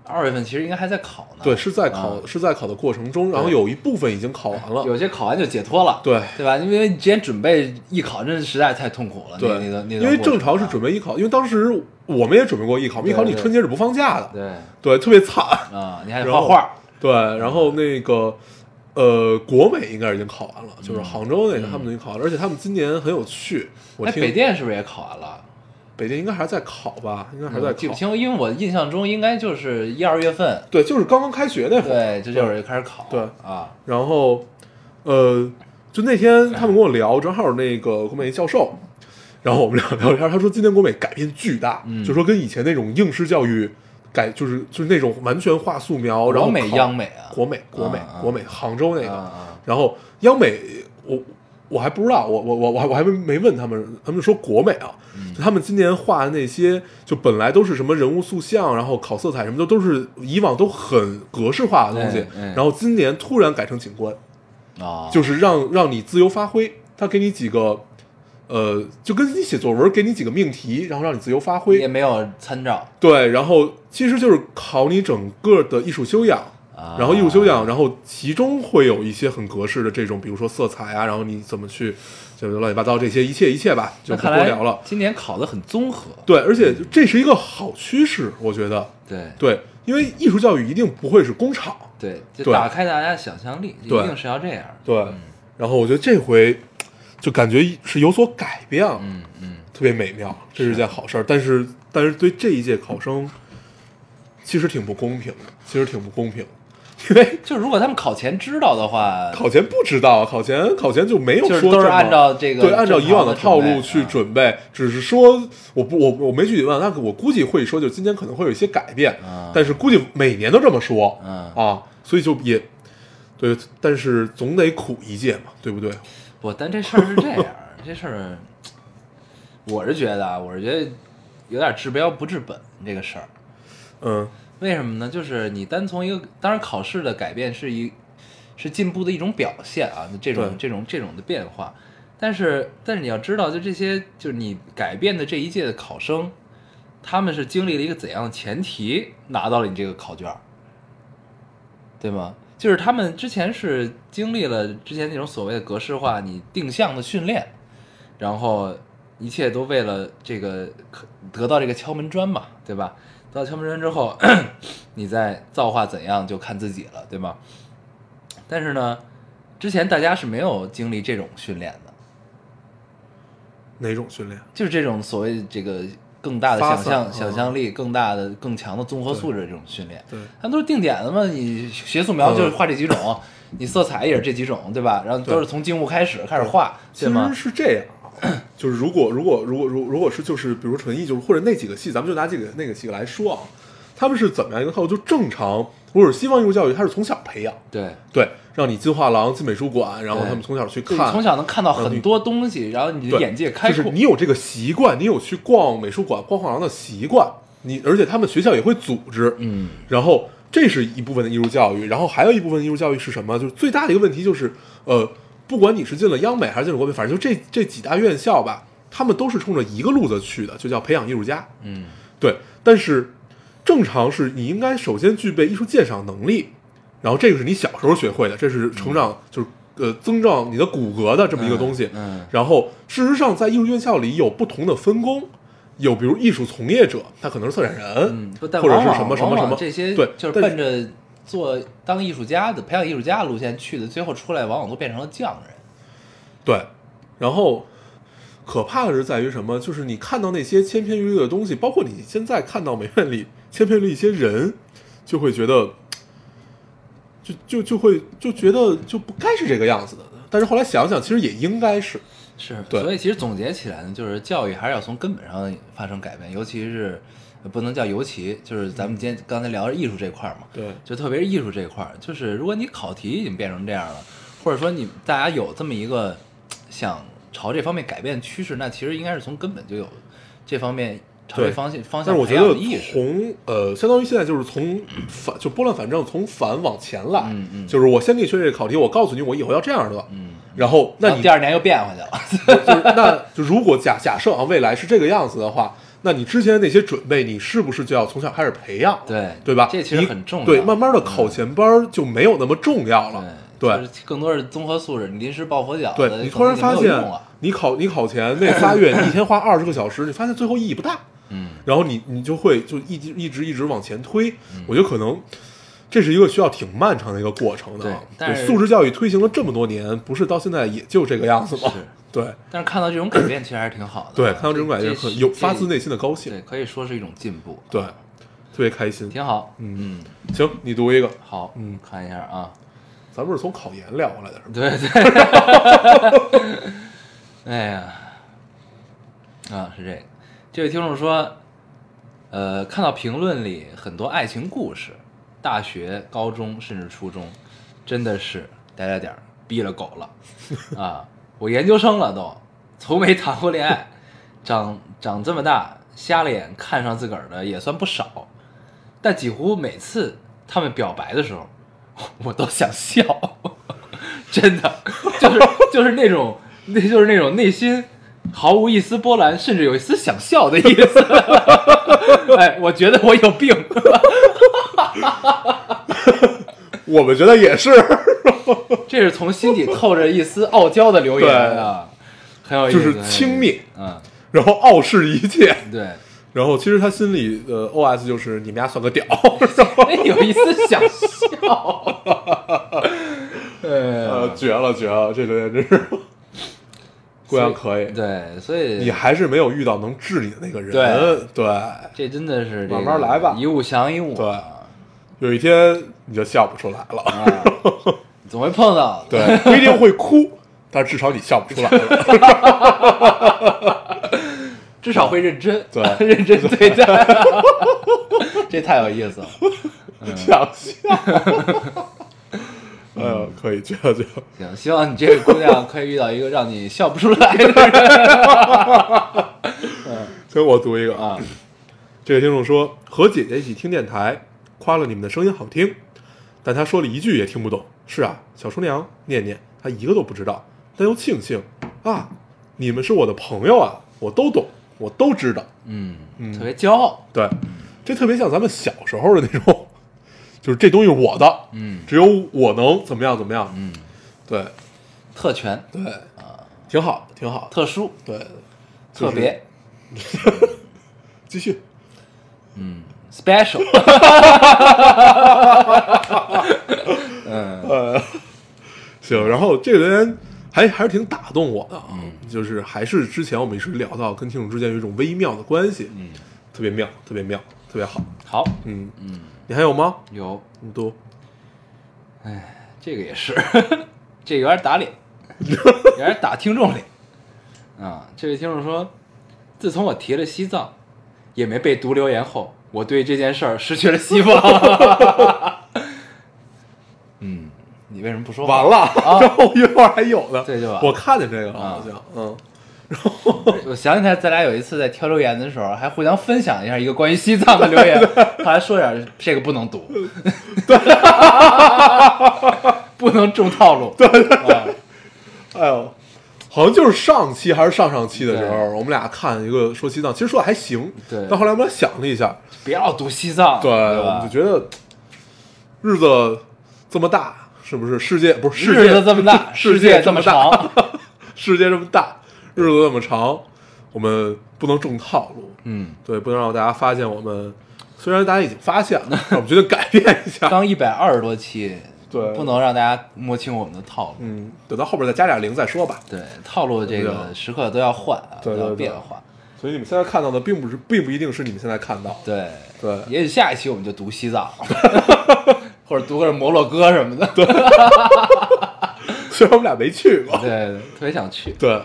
[SPEAKER 1] 二月份其实应该还在考呢。
[SPEAKER 3] 对，是在考、
[SPEAKER 1] 啊
[SPEAKER 3] 是在考的过程中，然后
[SPEAKER 1] 对
[SPEAKER 3] 有一部分已经考完了。
[SPEAKER 1] 有些考完就解脱了，
[SPEAKER 3] 对
[SPEAKER 1] 对吧？因为你之前准备艺考，真是实在太痛苦了。
[SPEAKER 3] 对
[SPEAKER 1] 那那段，那段
[SPEAKER 3] 因为正
[SPEAKER 1] 过
[SPEAKER 3] 常是
[SPEAKER 1] 程啊
[SPEAKER 3] 准备艺考，因为当时我们也准备过艺考，艺考你
[SPEAKER 1] 对对
[SPEAKER 3] 春节是不放假的，
[SPEAKER 1] 啊
[SPEAKER 3] 对，特别惨。
[SPEAKER 1] 对啊，你还得
[SPEAKER 3] 然
[SPEAKER 1] 画
[SPEAKER 3] 后
[SPEAKER 1] 画，
[SPEAKER 3] 对，然后那个呃，国美应该已经考完了，
[SPEAKER 1] 嗯
[SPEAKER 3] 就是杭州那个他们已经考完了，而且他们今年很有趣。我
[SPEAKER 1] 哎，
[SPEAKER 3] 听
[SPEAKER 1] 北电是不是也考完了？
[SPEAKER 3] 北电应该还在考吧，应该还
[SPEAKER 1] 我
[SPEAKER 3] 在
[SPEAKER 1] 嗯记不
[SPEAKER 3] 考。
[SPEAKER 1] 清，因为我印象中应该就是一二月
[SPEAKER 3] *laughs*
[SPEAKER 1] 份，
[SPEAKER 3] 对，就是刚刚开学那会儿。
[SPEAKER 1] 对，这就是开始考，
[SPEAKER 3] 对
[SPEAKER 1] 啊，
[SPEAKER 3] 然后，呃，就那天他们跟我聊，正好那个国美教授，然后我们俩聊天，他说今年国美改变巨大，
[SPEAKER 1] 嗯
[SPEAKER 3] 就说跟以前那种应试教育改，就是就是那种完全画素描，然后
[SPEAKER 1] 国美
[SPEAKER 3] 考
[SPEAKER 1] 央美啊
[SPEAKER 3] 国美国美、
[SPEAKER 1] 啊啊
[SPEAKER 3] 国美杭州那个，
[SPEAKER 1] 啊
[SPEAKER 3] 然后央美我。我还不知道，我我我我还我还没没问他们，他们说国美啊，
[SPEAKER 1] 嗯
[SPEAKER 3] 就他们今年画的那些，就本来都是什么人物塑像，然后考色彩什么的，都是以往都很格式化的东西
[SPEAKER 1] 哎，哎
[SPEAKER 3] 然后今年突然改成景观，
[SPEAKER 1] 啊，
[SPEAKER 3] 就是让让你自由发挥，他给你几个，呃，就跟你写作文，给你几个命题，然后让你自由发
[SPEAKER 1] 也
[SPEAKER 3] 挥。
[SPEAKER 1] 没有参照，
[SPEAKER 3] 对，然后其实就是考你整个的艺术修养，
[SPEAKER 1] 啊
[SPEAKER 3] 然后艺术修养，然后其中会有一些很格式的这种，比如说色彩啊，然后你怎么去，就是乱七八糟这些一切一切吧，就
[SPEAKER 1] 那
[SPEAKER 3] 不
[SPEAKER 1] 看
[SPEAKER 3] 多
[SPEAKER 1] 来
[SPEAKER 3] 聊了。
[SPEAKER 1] 今年考的很综合，
[SPEAKER 3] 对，而且这是一个好趋势，我觉得。
[SPEAKER 1] 对
[SPEAKER 3] 对，因为艺术教育一定不会是工厂，
[SPEAKER 1] 对，就
[SPEAKER 3] 对
[SPEAKER 1] 打开大家想象力，一
[SPEAKER 3] 对
[SPEAKER 1] 定是要这样，嗯
[SPEAKER 3] 对。然后我觉得这回就感觉是有所改变了，
[SPEAKER 1] 嗯嗯，
[SPEAKER 3] 特别美妙，这是件好事儿。但是，但是对这一届考生，其实挺不公平的，其实挺不公平的，因为
[SPEAKER 1] 就如果他们考前知道的话，
[SPEAKER 3] 考前不知道，考前考前就没有
[SPEAKER 1] 就是
[SPEAKER 3] 说
[SPEAKER 1] 都是
[SPEAKER 3] 这么
[SPEAKER 1] 按照这个
[SPEAKER 3] 对按照
[SPEAKER 1] 正
[SPEAKER 3] 以往
[SPEAKER 1] 常的
[SPEAKER 3] 套
[SPEAKER 1] 准
[SPEAKER 3] 路
[SPEAKER 1] 备
[SPEAKER 3] 去
[SPEAKER 1] 啊
[SPEAKER 3] 准备，只是说我不我我没具体问，但我估计会说，就今年可能会有一些改变，
[SPEAKER 1] 啊
[SPEAKER 3] 但是估计每年都这么说，
[SPEAKER 1] 嗯
[SPEAKER 3] 啊，所以就也对，但是总得苦一届嘛，对不对？
[SPEAKER 1] 不，但这事儿是这样儿，这事儿，我是觉得啊，我是觉得有点治标不治本这个事儿。
[SPEAKER 3] 嗯，
[SPEAKER 1] 为什么呢？就是你单从一个，当然考试的改变是一是进步的一种表现啊，这种
[SPEAKER 3] 对
[SPEAKER 1] 这种这种的变化。但是但是你要知道，就这些就是你改变的这一届的考生，他们是经历了一个怎样的前提拿到了你这个考卷儿，对吗？就是他们之前是经历了之前那种所谓的格式化、你定向的训练，然后一切都为了这个可得到这个敲门砖嘛，对吧？得到敲门砖之后，你再造化怎样就看自己了，对吗？但是呢，之前大家是没有经历这种训练的，
[SPEAKER 3] 哪种训练？
[SPEAKER 1] 就是这种所谓这个更大的想
[SPEAKER 3] 发散
[SPEAKER 1] 象、
[SPEAKER 3] 嗯
[SPEAKER 1] 想象力、更大的、更强的综合素质这种训练。
[SPEAKER 3] 对，
[SPEAKER 1] 它都是定点的嘛，你学素描
[SPEAKER 3] 嗯
[SPEAKER 1] 就是画这几种，你色彩也是这几种，对吧？然后
[SPEAKER 3] 对
[SPEAKER 1] 都是从静物开始开始画，
[SPEAKER 3] 其
[SPEAKER 1] 对
[SPEAKER 3] 实
[SPEAKER 1] 吗？
[SPEAKER 3] 是这
[SPEAKER 1] *clears throat*
[SPEAKER 3] 样啊，就是如果如果如果如如果是就是比如纯艺，就是或者那几个系，咱们就拿这个那个系来说啊，他们是怎么样一个套路？就正常或者西方艺术教育，它是从小培养，
[SPEAKER 1] 对，
[SPEAKER 3] 对，让你进画廊、进美术馆，然后
[SPEAKER 1] 对
[SPEAKER 3] 他们从小去
[SPEAKER 1] 就
[SPEAKER 3] 看，
[SPEAKER 1] 是从小能看到
[SPEAKER 3] 然后
[SPEAKER 1] 很
[SPEAKER 3] 你
[SPEAKER 1] 多东西，然后你的
[SPEAKER 3] 对
[SPEAKER 1] 眼界开
[SPEAKER 3] 就是
[SPEAKER 1] 阔。
[SPEAKER 3] 你有这个习惯，你有去逛美术馆、逛画廊的习惯，你而且他们学校也会组织，
[SPEAKER 1] 嗯，
[SPEAKER 3] 然后这是一部分的艺术教育，然后还有一部分艺术教育是什么？就是最大的一个问题就是，呃，不管你是进了央美还是进了国美，反正就这这几大院校吧，他们都是冲着一个路子去的，就叫培养艺术家，
[SPEAKER 1] 嗯，
[SPEAKER 3] 对。但是正常是你应该首先具备艺术鉴赏能力，然后这个是你小时候学会的，这是成长、就是呃增长你的骨骼的这么一个东西，
[SPEAKER 1] 嗯嗯
[SPEAKER 3] 然后事实上在艺术院校里有不同的分工。有，比如艺术从业者，他可能是策展人，
[SPEAKER 1] 嗯，不但
[SPEAKER 3] 或者
[SPEAKER 1] 往
[SPEAKER 3] 是
[SPEAKER 1] 往
[SPEAKER 3] 什么什么
[SPEAKER 1] 往
[SPEAKER 3] 什
[SPEAKER 1] 往
[SPEAKER 3] 么，
[SPEAKER 1] 这些
[SPEAKER 3] 对，
[SPEAKER 1] 就是
[SPEAKER 3] 但
[SPEAKER 1] 奔着做当艺术家的培养艺术家的路线去的，最后出来往往都变成了匠人。
[SPEAKER 3] 对，然后可怕的是在于什么？就是你看到那些千篇一律的东西，包括你现在看到美院里千篇一律一些人，就会觉得，就就就会就觉得就不该是这个样子的。但是后来想想，其实也应该是，
[SPEAKER 1] 是，
[SPEAKER 3] 对
[SPEAKER 1] 所以其实总结起来呢，就是教育还是要从根本上发生改变，尤其是呃不能叫尤其，就是咱们今天刚才聊的艺术这块儿嘛，
[SPEAKER 3] 嗯对
[SPEAKER 1] 就特别是艺术这块儿，就是如果你考题已经变成这样了，或者说你大家有这么一个想朝这方面改变趋势，那其实应该是从根本就有这方面朝这
[SPEAKER 3] 对
[SPEAKER 1] 方向方
[SPEAKER 3] 但
[SPEAKER 1] 向
[SPEAKER 3] 是我
[SPEAKER 1] 培
[SPEAKER 3] 觉
[SPEAKER 1] 养
[SPEAKER 3] 得
[SPEAKER 1] 的意识。
[SPEAKER 3] 从呃，相当于现在就是从反就拨乱反正，从反往前来，
[SPEAKER 1] 嗯嗯
[SPEAKER 3] 就是我先给你确认这个考题，我告诉你我以后要这样的，
[SPEAKER 1] 嗯，
[SPEAKER 3] 然后那
[SPEAKER 1] 然后
[SPEAKER 3] 你
[SPEAKER 1] 第二年又变回去了，
[SPEAKER 3] *laughs* 就是那就如果假假设啊，未来是这个样子的话，那你之前那些准备，你是不是就要从小开始培养？
[SPEAKER 1] 对
[SPEAKER 3] 对吧？
[SPEAKER 1] 这其实
[SPEAKER 3] 你
[SPEAKER 1] 很重要，嗯
[SPEAKER 3] 对，慢慢的考前班儿就没有那么重要了。
[SPEAKER 1] 对，
[SPEAKER 3] 对
[SPEAKER 1] 就是更多是综合素质，你临时抱佛脚的，
[SPEAKER 3] 对你
[SPEAKER 1] 可
[SPEAKER 3] 突然
[SPEAKER 1] 能
[SPEAKER 3] 发
[SPEAKER 1] 就没有
[SPEAKER 3] 现
[SPEAKER 1] 用啊了，
[SPEAKER 3] 你考你考前那仨月，你一天花二十个小时，你发现最后意义不大。
[SPEAKER 1] 嗯，
[SPEAKER 3] 然后你你就会就一直一直一直往前推。
[SPEAKER 1] 嗯
[SPEAKER 3] 我觉得可能这是一个需要挺漫长的一个过程的啊。
[SPEAKER 1] 对但是
[SPEAKER 3] 素质教育推行了这么多年，不是到现在也就这个样子吗
[SPEAKER 1] 是？
[SPEAKER 3] 对
[SPEAKER 1] 但是看到这种改变其实还是挺好的。啊
[SPEAKER 3] 对，看到这种感觉，
[SPEAKER 1] 是
[SPEAKER 3] 很有发自内心的高兴
[SPEAKER 1] 对，。可以说是一种进步，
[SPEAKER 3] 对，特别开心。
[SPEAKER 1] 挺好。
[SPEAKER 3] 嗯
[SPEAKER 1] 嗯，
[SPEAKER 3] 行，你读一个，
[SPEAKER 1] 好，
[SPEAKER 3] 嗯
[SPEAKER 1] 看一下啊，
[SPEAKER 3] 咱们是从考研聊过来的，是吧？
[SPEAKER 1] 对对，哎呀，啊是这个，这位听众说，呃，看到评论里很多爱情故事，大学、高中甚至初中，真的是点点点儿逼了狗了啊！我研究生了都，从没谈过恋爱，长长这么大，瞎了眼看上自个儿的也算不少，但几乎每次他们表白的时候，我都想笑，真的，就是就是那种那就是那种内心毫无一丝波澜，甚至有一丝想笑的意思。 *laughs* 哎，我觉得我有病。
[SPEAKER 3] 我们觉得也是，
[SPEAKER 1] 这是从心底透着一丝傲娇的留言啊，很有意思，
[SPEAKER 3] *laughs* 就是轻蔑
[SPEAKER 1] 很有意思。
[SPEAKER 3] 然后傲视一切，
[SPEAKER 1] 嗯，对，
[SPEAKER 3] 然后其实他心里的 OS 就是你们俩算个屌，
[SPEAKER 1] 哎，有一丝想笑。呃，
[SPEAKER 3] *laughs* 呃，绝了绝了，这留言真 *laughs* 是，姑娘可以，
[SPEAKER 1] 对，所以
[SPEAKER 3] 你还是没有遇到能治你的那个人，
[SPEAKER 1] 对
[SPEAKER 3] 对，
[SPEAKER 1] 这真的是这个
[SPEAKER 3] 慢慢来吧
[SPEAKER 1] 一物降一物，
[SPEAKER 3] 对
[SPEAKER 1] 啊，
[SPEAKER 3] 有一天你就笑不出来了，
[SPEAKER 1] 总会碰到的。
[SPEAKER 3] 对， *laughs* 不一定会哭，但至少你笑不出来了，
[SPEAKER 1] 至少会认真，
[SPEAKER 3] 对
[SPEAKER 1] *laughs* 认真对待， *laughs* 这太有意思了。
[SPEAKER 3] 想笑， *laughs* 哎呦，可以绝了绝了，
[SPEAKER 1] 行，希望你这个姑娘可以遇到一个让你笑不出来的 *laughs* 人。
[SPEAKER 3] 跟我读一个
[SPEAKER 1] 啊，
[SPEAKER 3] 这位听众说，和姐姐一起听电台，夸了你们的声音好听，但她说了一句也听不懂。是啊，小厨娘念念，她一个都不知道，但又庆幸啊，你们是我的朋友啊，我都懂，我都知道。
[SPEAKER 1] 嗯，特别骄傲。
[SPEAKER 3] 对，这特别像咱们小时候的那种，就是这东西是我的，
[SPEAKER 1] 嗯
[SPEAKER 3] 只有我能怎么样怎么样。
[SPEAKER 1] 嗯，
[SPEAKER 3] 对
[SPEAKER 1] 特权。
[SPEAKER 3] 对，挺好的，挺好的。
[SPEAKER 1] 特殊
[SPEAKER 3] 对，就
[SPEAKER 1] 特
[SPEAKER 3] 是
[SPEAKER 1] 别，
[SPEAKER 3] 继续，
[SPEAKER 1] 嗯，special，嗯
[SPEAKER 3] 呃，行，然后这个留言还还是挺打动我的啊，
[SPEAKER 1] 嗯
[SPEAKER 3] 就是还是之前我们一直聊到跟听众之间有一种微妙的关系，
[SPEAKER 1] 嗯，
[SPEAKER 3] 特别妙，特别妙，特别好，
[SPEAKER 1] 好，
[SPEAKER 3] 嗯，
[SPEAKER 1] 嗯，
[SPEAKER 3] 你还有吗？
[SPEAKER 1] 有
[SPEAKER 3] 你读，
[SPEAKER 1] 这个也是，这有点打脸，有点打听众脸。啊，这位听众说，自从我提了西藏，也没被读留言后，我对这件事儿失去了希望。 *laughs* 嗯，你为什么不说话？
[SPEAKER 3] 完了， *laughs* 然后一会儿还有呢，
[SPEAKER 1] 对就完了
[SPEAKER 3] 我看见这个了
[SPEAKER 1] 啊
[SPEAKER 3] 好像，嗯，
[SPEAKER 1] 我想起来，咱俩有一次在挑留言的时候，还互相分享一下一个关于西藏的留言，他还说点儿这个不能读， *laughs* 不能中套路。啊对
[SPEAKER 3] 哎呦，好像就是上期还是上上期的时候
[SPEAKER 1] 对，
[SPEAKER 3] 我们俩看一个说西藏，其实说的还行，
[SPEAKER 1] 对
[SPEAKER 3] 但后来我们俩想了一下，
[SPEAKER 1] 别老读西藏，
[SPEAKER 3] 对，
[SPEAKER 1] 对
[SPEAKER 3] 我
[SPEAKER 1] 吧
[SPEAKER 3] 们就觉得日子这么大，是不是世界不是世
[SPEAKER 1] 日
[SPEAKER 3] 界
[SPEAKER 1] 子这么大，
[SPEAKER 3] *laughs* 世
[SPEAKER 1] 界
[SPEAKER 3] 这
[SPEAKER 1] 么
[SPEAKER 3] 大，
[SPEAKER 1] 长，
[SPEAKER 3] 世界这么大，日子这么长，我们不能中套路，
[SPEAKER 1] 嗯，
[SPEAKER 3] 对，不能让大家发现我们。虽然大家已经发 *laughs* 现了，但我们决定改变一
[SPEAKER 1] *laughs*
[SPEAKER 3] 下。
[SPEAKER 1] 刚一百二十多期，
[SPEAKER 3] *laughs* 对
[SPEAKER 1] 不能让大家摸清我们的套路，
[SPEAKER 3] 嗯，等到后边再加俩零再说吧。
[SPEAKER 1] 对，套路这个时刻都要换啊，
[SPEAKER 3] 对对
[SPEAKER 1] 都要
[SPEAKER 3] 对
[SPEAKER 1] 变化，
[SPEAKER 3] 所以你们现在看到的，并不是，并不一定是你们现在看到。
[SPEAKER 1] 对
[SPEAKER 3] 对
[SPEAKER 1] 也许下一期我们就读西
[SPEAKER 3] *laughs*
[SPEAKER 1] 藏，或者读个摩洛哥什么的，对
[SPEAKER 3] 虽然我们俩没去过。
[SPEAKER 1] 对，特别想去，
[SPEAKER 3] 对，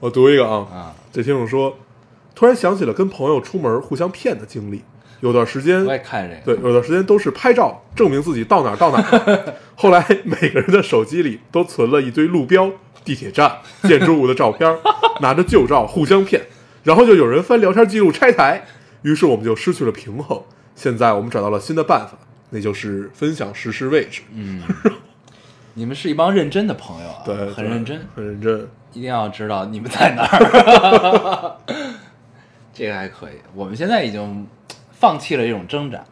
[SPEAKER 3] 我读一个嗯啊，
[SPEAKER 1] 啊，
[SPEAKER 3] 这听众说，突然想起了跟朋友出门互相骗的经历，有段时间
[SPEAKER 1] 我也看这个，
[SPEAKER 3] 对，有段时间都是拍照证明自己到哪儿到哪儿。
[SPEAKER 1] *laughs*
[SPEAKER 3] 后来每个人的手机里都存了一堆路标、地铁站、建筑物的照片儿，拿着旧照互相骗，然后就有人翻聊天记录拆台，于是我们就失去了平衡。现在我们找到了新的办法，那就是分享实时位置。
[SPEAKER 1] 嗯，你们是一帮认真的朋友啊，
[SPEAKER 3] 对，
[SPEAKER 1] 很
[SPEAKER 3] 对
[SPEAKER 1] 认真，
[SPEAKER 3] 很认真。
[SPEAKER 1] 一定要知道你们在哪儿。 *laughs* 这个还可以，我们现在已经放弃了这种挣扎，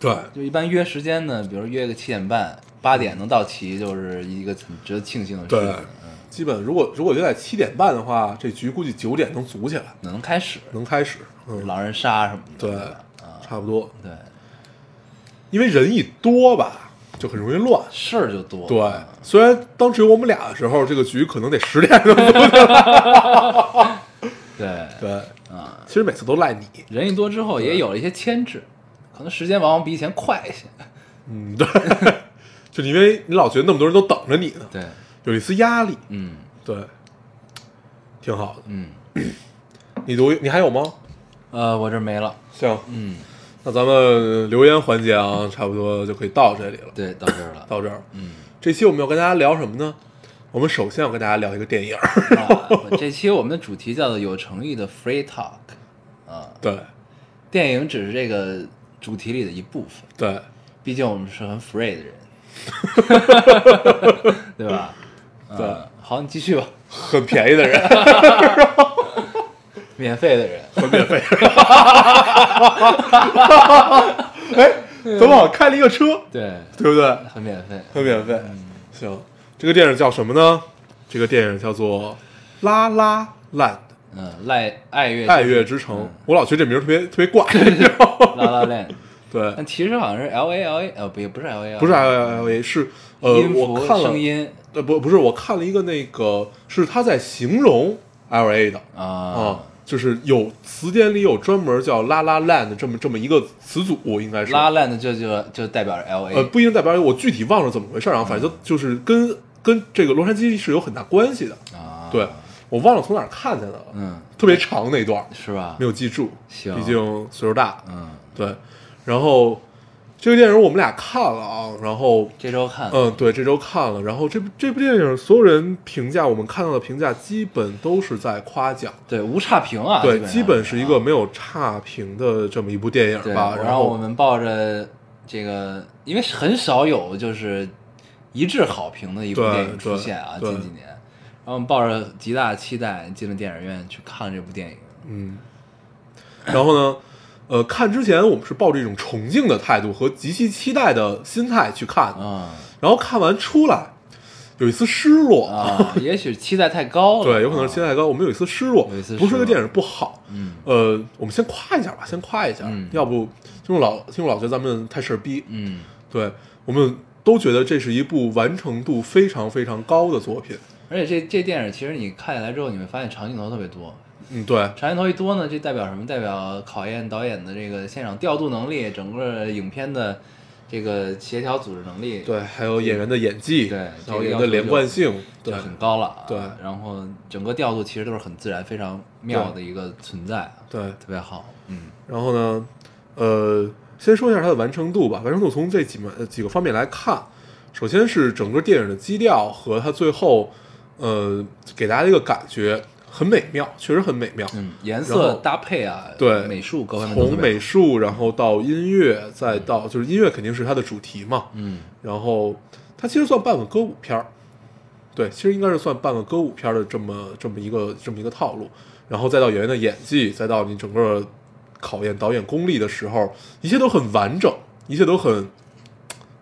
[SPEAKER 3] 对，
[SPEAKER 1] 就一般约时间呢，比如约个七点半、八点能到齐，就是一个很值得庆幸的事
[SPEAKER 3] 对
[SPEAKER 1] 情，
[SPEAKER 3] 基本如果如果约在七点半的话，这局估计九点能组起来，
[SPEAKER 1] 能开始
[SPEAKER 3] 能开始。嗯，
[SPEAKER 1] 狼人杀什么的，
[SPEAKER 3] 对，差不多。
[SPEAKER 1] 对，
[SPEAKER 3] 因为人一多吧，就很容易乱。
[SPEAKER 1] 事儿就多，
[SPEAKER 3] 对，虽然当时有我们俩的时候，这个局可能得十 *laughs* 点钟左右。
[SPEAKER 1] 对
[SPEAKER 3] 对，
[SPEAKER 1] 啊，
[SPEAKER 3] 其实每次都赖你。
[SPEAKER 1] 人一多之后也有了一些牵制，可能时间往往比以前快一些，
[SPEAKER 3] 嗯， *laughs* 对，就是因为你老觉得那么多人都等着你呢，
[SPEAKER 1] 对，
[SPEAKER 3] 有一丝压力。
[SPEAKER 1] 嗯
[SPEAKER 3] 对，挺好的。
[SPEAKER 1] 嗯，
[SPEAKER 3] *clears throat* 你读，你还有吗？
[SPEAKER 1] 呃，我这儿没了，
[SPEAKER 3] 行，
[SPEAKER 1] 嗯，
[SPEAKER 3] 那咱们留言环
[SPEAKER 1] *laughs*
[SPEAKER 3] 节啊，差不多就可以到这里了。
[SPEAKER 1] 对，到这儿了，
[SPEAKER 3] 到这儿，
[SPEAKER 1] 嗯。
[SPEAKER 3] 这期我们要跟大家聊什么呢？我们首先要跟大家聊一个电影
[SPEAKER 1] *laughs*
[SPEAKER 3] 儿。
[SPEAKER 1] 啊，这期我们的主题叫做“有诚意的 free talk”，啊，
[SPEAKER 3] 对，
[SPEAKER 1] 电影只是这个主题里的一部分，
[SPEAKER 3] 对，
[SPEAKER 1] 毕竟我们是很 free
[SPEAKER 3] *laughs*
[SPEAKER 1] 的人，对吧？啊
[SPEAKER 3] 对
[SPEAKER 1] 好，你继续吧，
[SPEAKER 3] 很便宜的人，
[SPEAKER 1] 免费的人，
[SPEAKER 3] 很免费。 *laughs* 哎，怎么好像开了一个车，
[SPEAKER 1] 对，
[SPEAKER 3] 对不对？
[SPEAKER 1] 很免费，
[SPEAKER 3] 很免费。行，这个电影叫什么呢？这个电影叫做《拉拉烂
[SPEAKER 1] 嗯，赖爱乐
[SPEAKER 3] 爱乐之城》。
[SPEAKER 1] 嗯
[SPEAKER 3] 我老觉得这名儿特别特别
[SPEAKER 1] *laughs*
[SPEAKER 3] 怪，你知道
[SPEAKER 1] 拉
[SPEAKER 3] 吗？
[SPEAKER 1] 拉 land，
[SPEAKER 3] 对
[SPEAKER 1] 但，其实好像是 L A L A，呃，不也不是 L A，
[SPEAKER 3] 不是 L L A，是呃，
[SPEAKER 1] 音符
[SPEAKER 3] 我看了
[SPEAKER 1] 声，音
[SPEAKER 3] 呃，不不是，我看了一个那个是他在形容 L A 的
[SPEAKER 1] 啊
[SPEAKER 3] 啊，，就是有词典里有专门叫拉拉 land 这么这么一个词组，应该是
[SPEAKER 1] 拉 land 就就就代表着 L
[SPEAKER 3] 呃，
[SPEAKER 1] A，
[SPEAKER 3] 不一定代表我具体忘了怎么回事儿啊，反正
[SPEAKER 1] 嗯
[SPEAKER 3] 就就是跟跟这个洛杉矶是有很大关系的。
[SPEAKER 1] 啊，
[SPEAKER 3] 对，我忘了从哪儿看见的了，
[SPEAKER 1] 嗯，
[SPEAKER 3] 特别长那段儿
[SPEAKER 1] 是吧
[SPEAKER 3] 没？有记住，
[SPEAKER 1] 行
[SPEAKER 3] 毕竟岁数大。
[SPEAKER 1] 嗯，
[SPEAKER 3] 对，然后这个电影我们俩看了啊，然后
[SPEAKER 1] 这周看，
[SPEAKER 3] 嗯，对，这周看了，然后这部这部电影所有人评价，我们看到的评价基本都是在夸奖。
[SPEAKER 1] 对，无差评啊，
[SPEAKER 3] 对，
[SPEAKER 1] 基
[SPEAKER 3] 基本
[SPEAKER 1] 本
[SPEAKER 3] 是一个没有差评的这么一部电
[SPEAKER 1] 对
[SPEAKER 3] 影吧。
[SPEAKER 1] 然
[SPEAKER 3] 然
[SPEAKER 1] 后我
[SPEAKER 3] 后，
[SPEAKER 1] 们抱着这个，因为很少有就是一致好评的一部
[SPEAKER 3] 对
[SPEAKER 1] 电影出
[SPEAKER 3] 对
[SPEAKER 1] 现啊，
[SPEAKER 3] 对
[SPEAKER 1] 近几年，然后我们抱着极大的期待进了电影院去看这部电影，
[SPEAKER 3] 嗯，然后呢，呃，看之前我们是抱着一种崇敬的态度和极其期待的心态去看的，
[SPEAKER 1] 嗯，
[SPEAKER 3] 然后看完出来，有一丝失落，
[SPEAKER 1] 啊，也许期待太高了，
[SPEAKER 3] 对，有可能是期待高，我们有一丝失落，
[SPEAKER 1] 哦有一丝
[SPEAKER 3] 不是这个
[SPEAKER 1] 失落
[SPEAKER 3] 电影不好，
[SPEAKER 1] 嗯，
[SPEAKER 3] 呃，我们先夸一下吧，先夸一下，
[SPEAKER 1] 嗯
[SPEAKER 3] 要不听众老听众老觉得咱们太事儿逼，
[SPEAKER 1] 嗯，
[SPEAKER 3] 对我们都觉得这是一部完成度非常非常高的作品，
[SPEAKER 1] 而且这这电影其实你看下来之后，你会发现长镜头特别多，
[SPEAKER 3] 嗯，对，
[SPEAKER 1] 长镜头一多呢，这代表什么？代表考验导演的这个现场调度能力，整个影片的这个协调组织能力，，
[SPEAKER 3] 对，还有演员的演技，
[SPEAKER 1] 对这
[SPEAKER 3] 导
[SPEAKER 1] 个
[SPEAKER 3] 演
[SPEAKER 1] 要
[SPEAKER 3] 的
[SPEAKER 1] 求
[SPEAKER 3] 连
[SPEAKER 1] 就
[SPEAKER 3] 贯性，
[SPEAKER 1] 就
[SPEAKER 3] 对，
[SPEAKER 1] 很高了、啊。
[SPEAKER 3] 对
[SPEAKER 1] 然后整个调度其实都是很自然、非常妙的一个存在，啊
[SPEAKER 3] 对，
[SPEAKER 1] 特别好。嗯
[SPEAKER 3] 然后呢，呃，先说一下它的完成度吧。完成度从这几门呃几个方面来看，首先是整个电影的基调和它最后，呃，给大家一个感觉很美妙，确实很美妙。
[SPEAKER 1] 嗯，颜
[SPEAKER 3] 然
[SPEAKER 1] 色
[SPEAKER 3] 后
[SPEAKER 1] 搭配啊，
[SPEAKER 3] 对
[SPEAKER 1] 美术各方面都特
[SPEAKER 3] 从
[SPEAKER 1] 别好
[SPEAKER 3] 美术，然后到音乐，再到就是音乐肯定是它的主题嘛。
[SPEAKER 1] 嗯
[SPEAKER 3] 然后它其实算半个歌舞片儿，对，其实应该是算半个歌舞片儿的这么这么一个这么一个套路，然后再到演员的演技，再到你整个考验导演功力的时候，一切都很完整，一切都很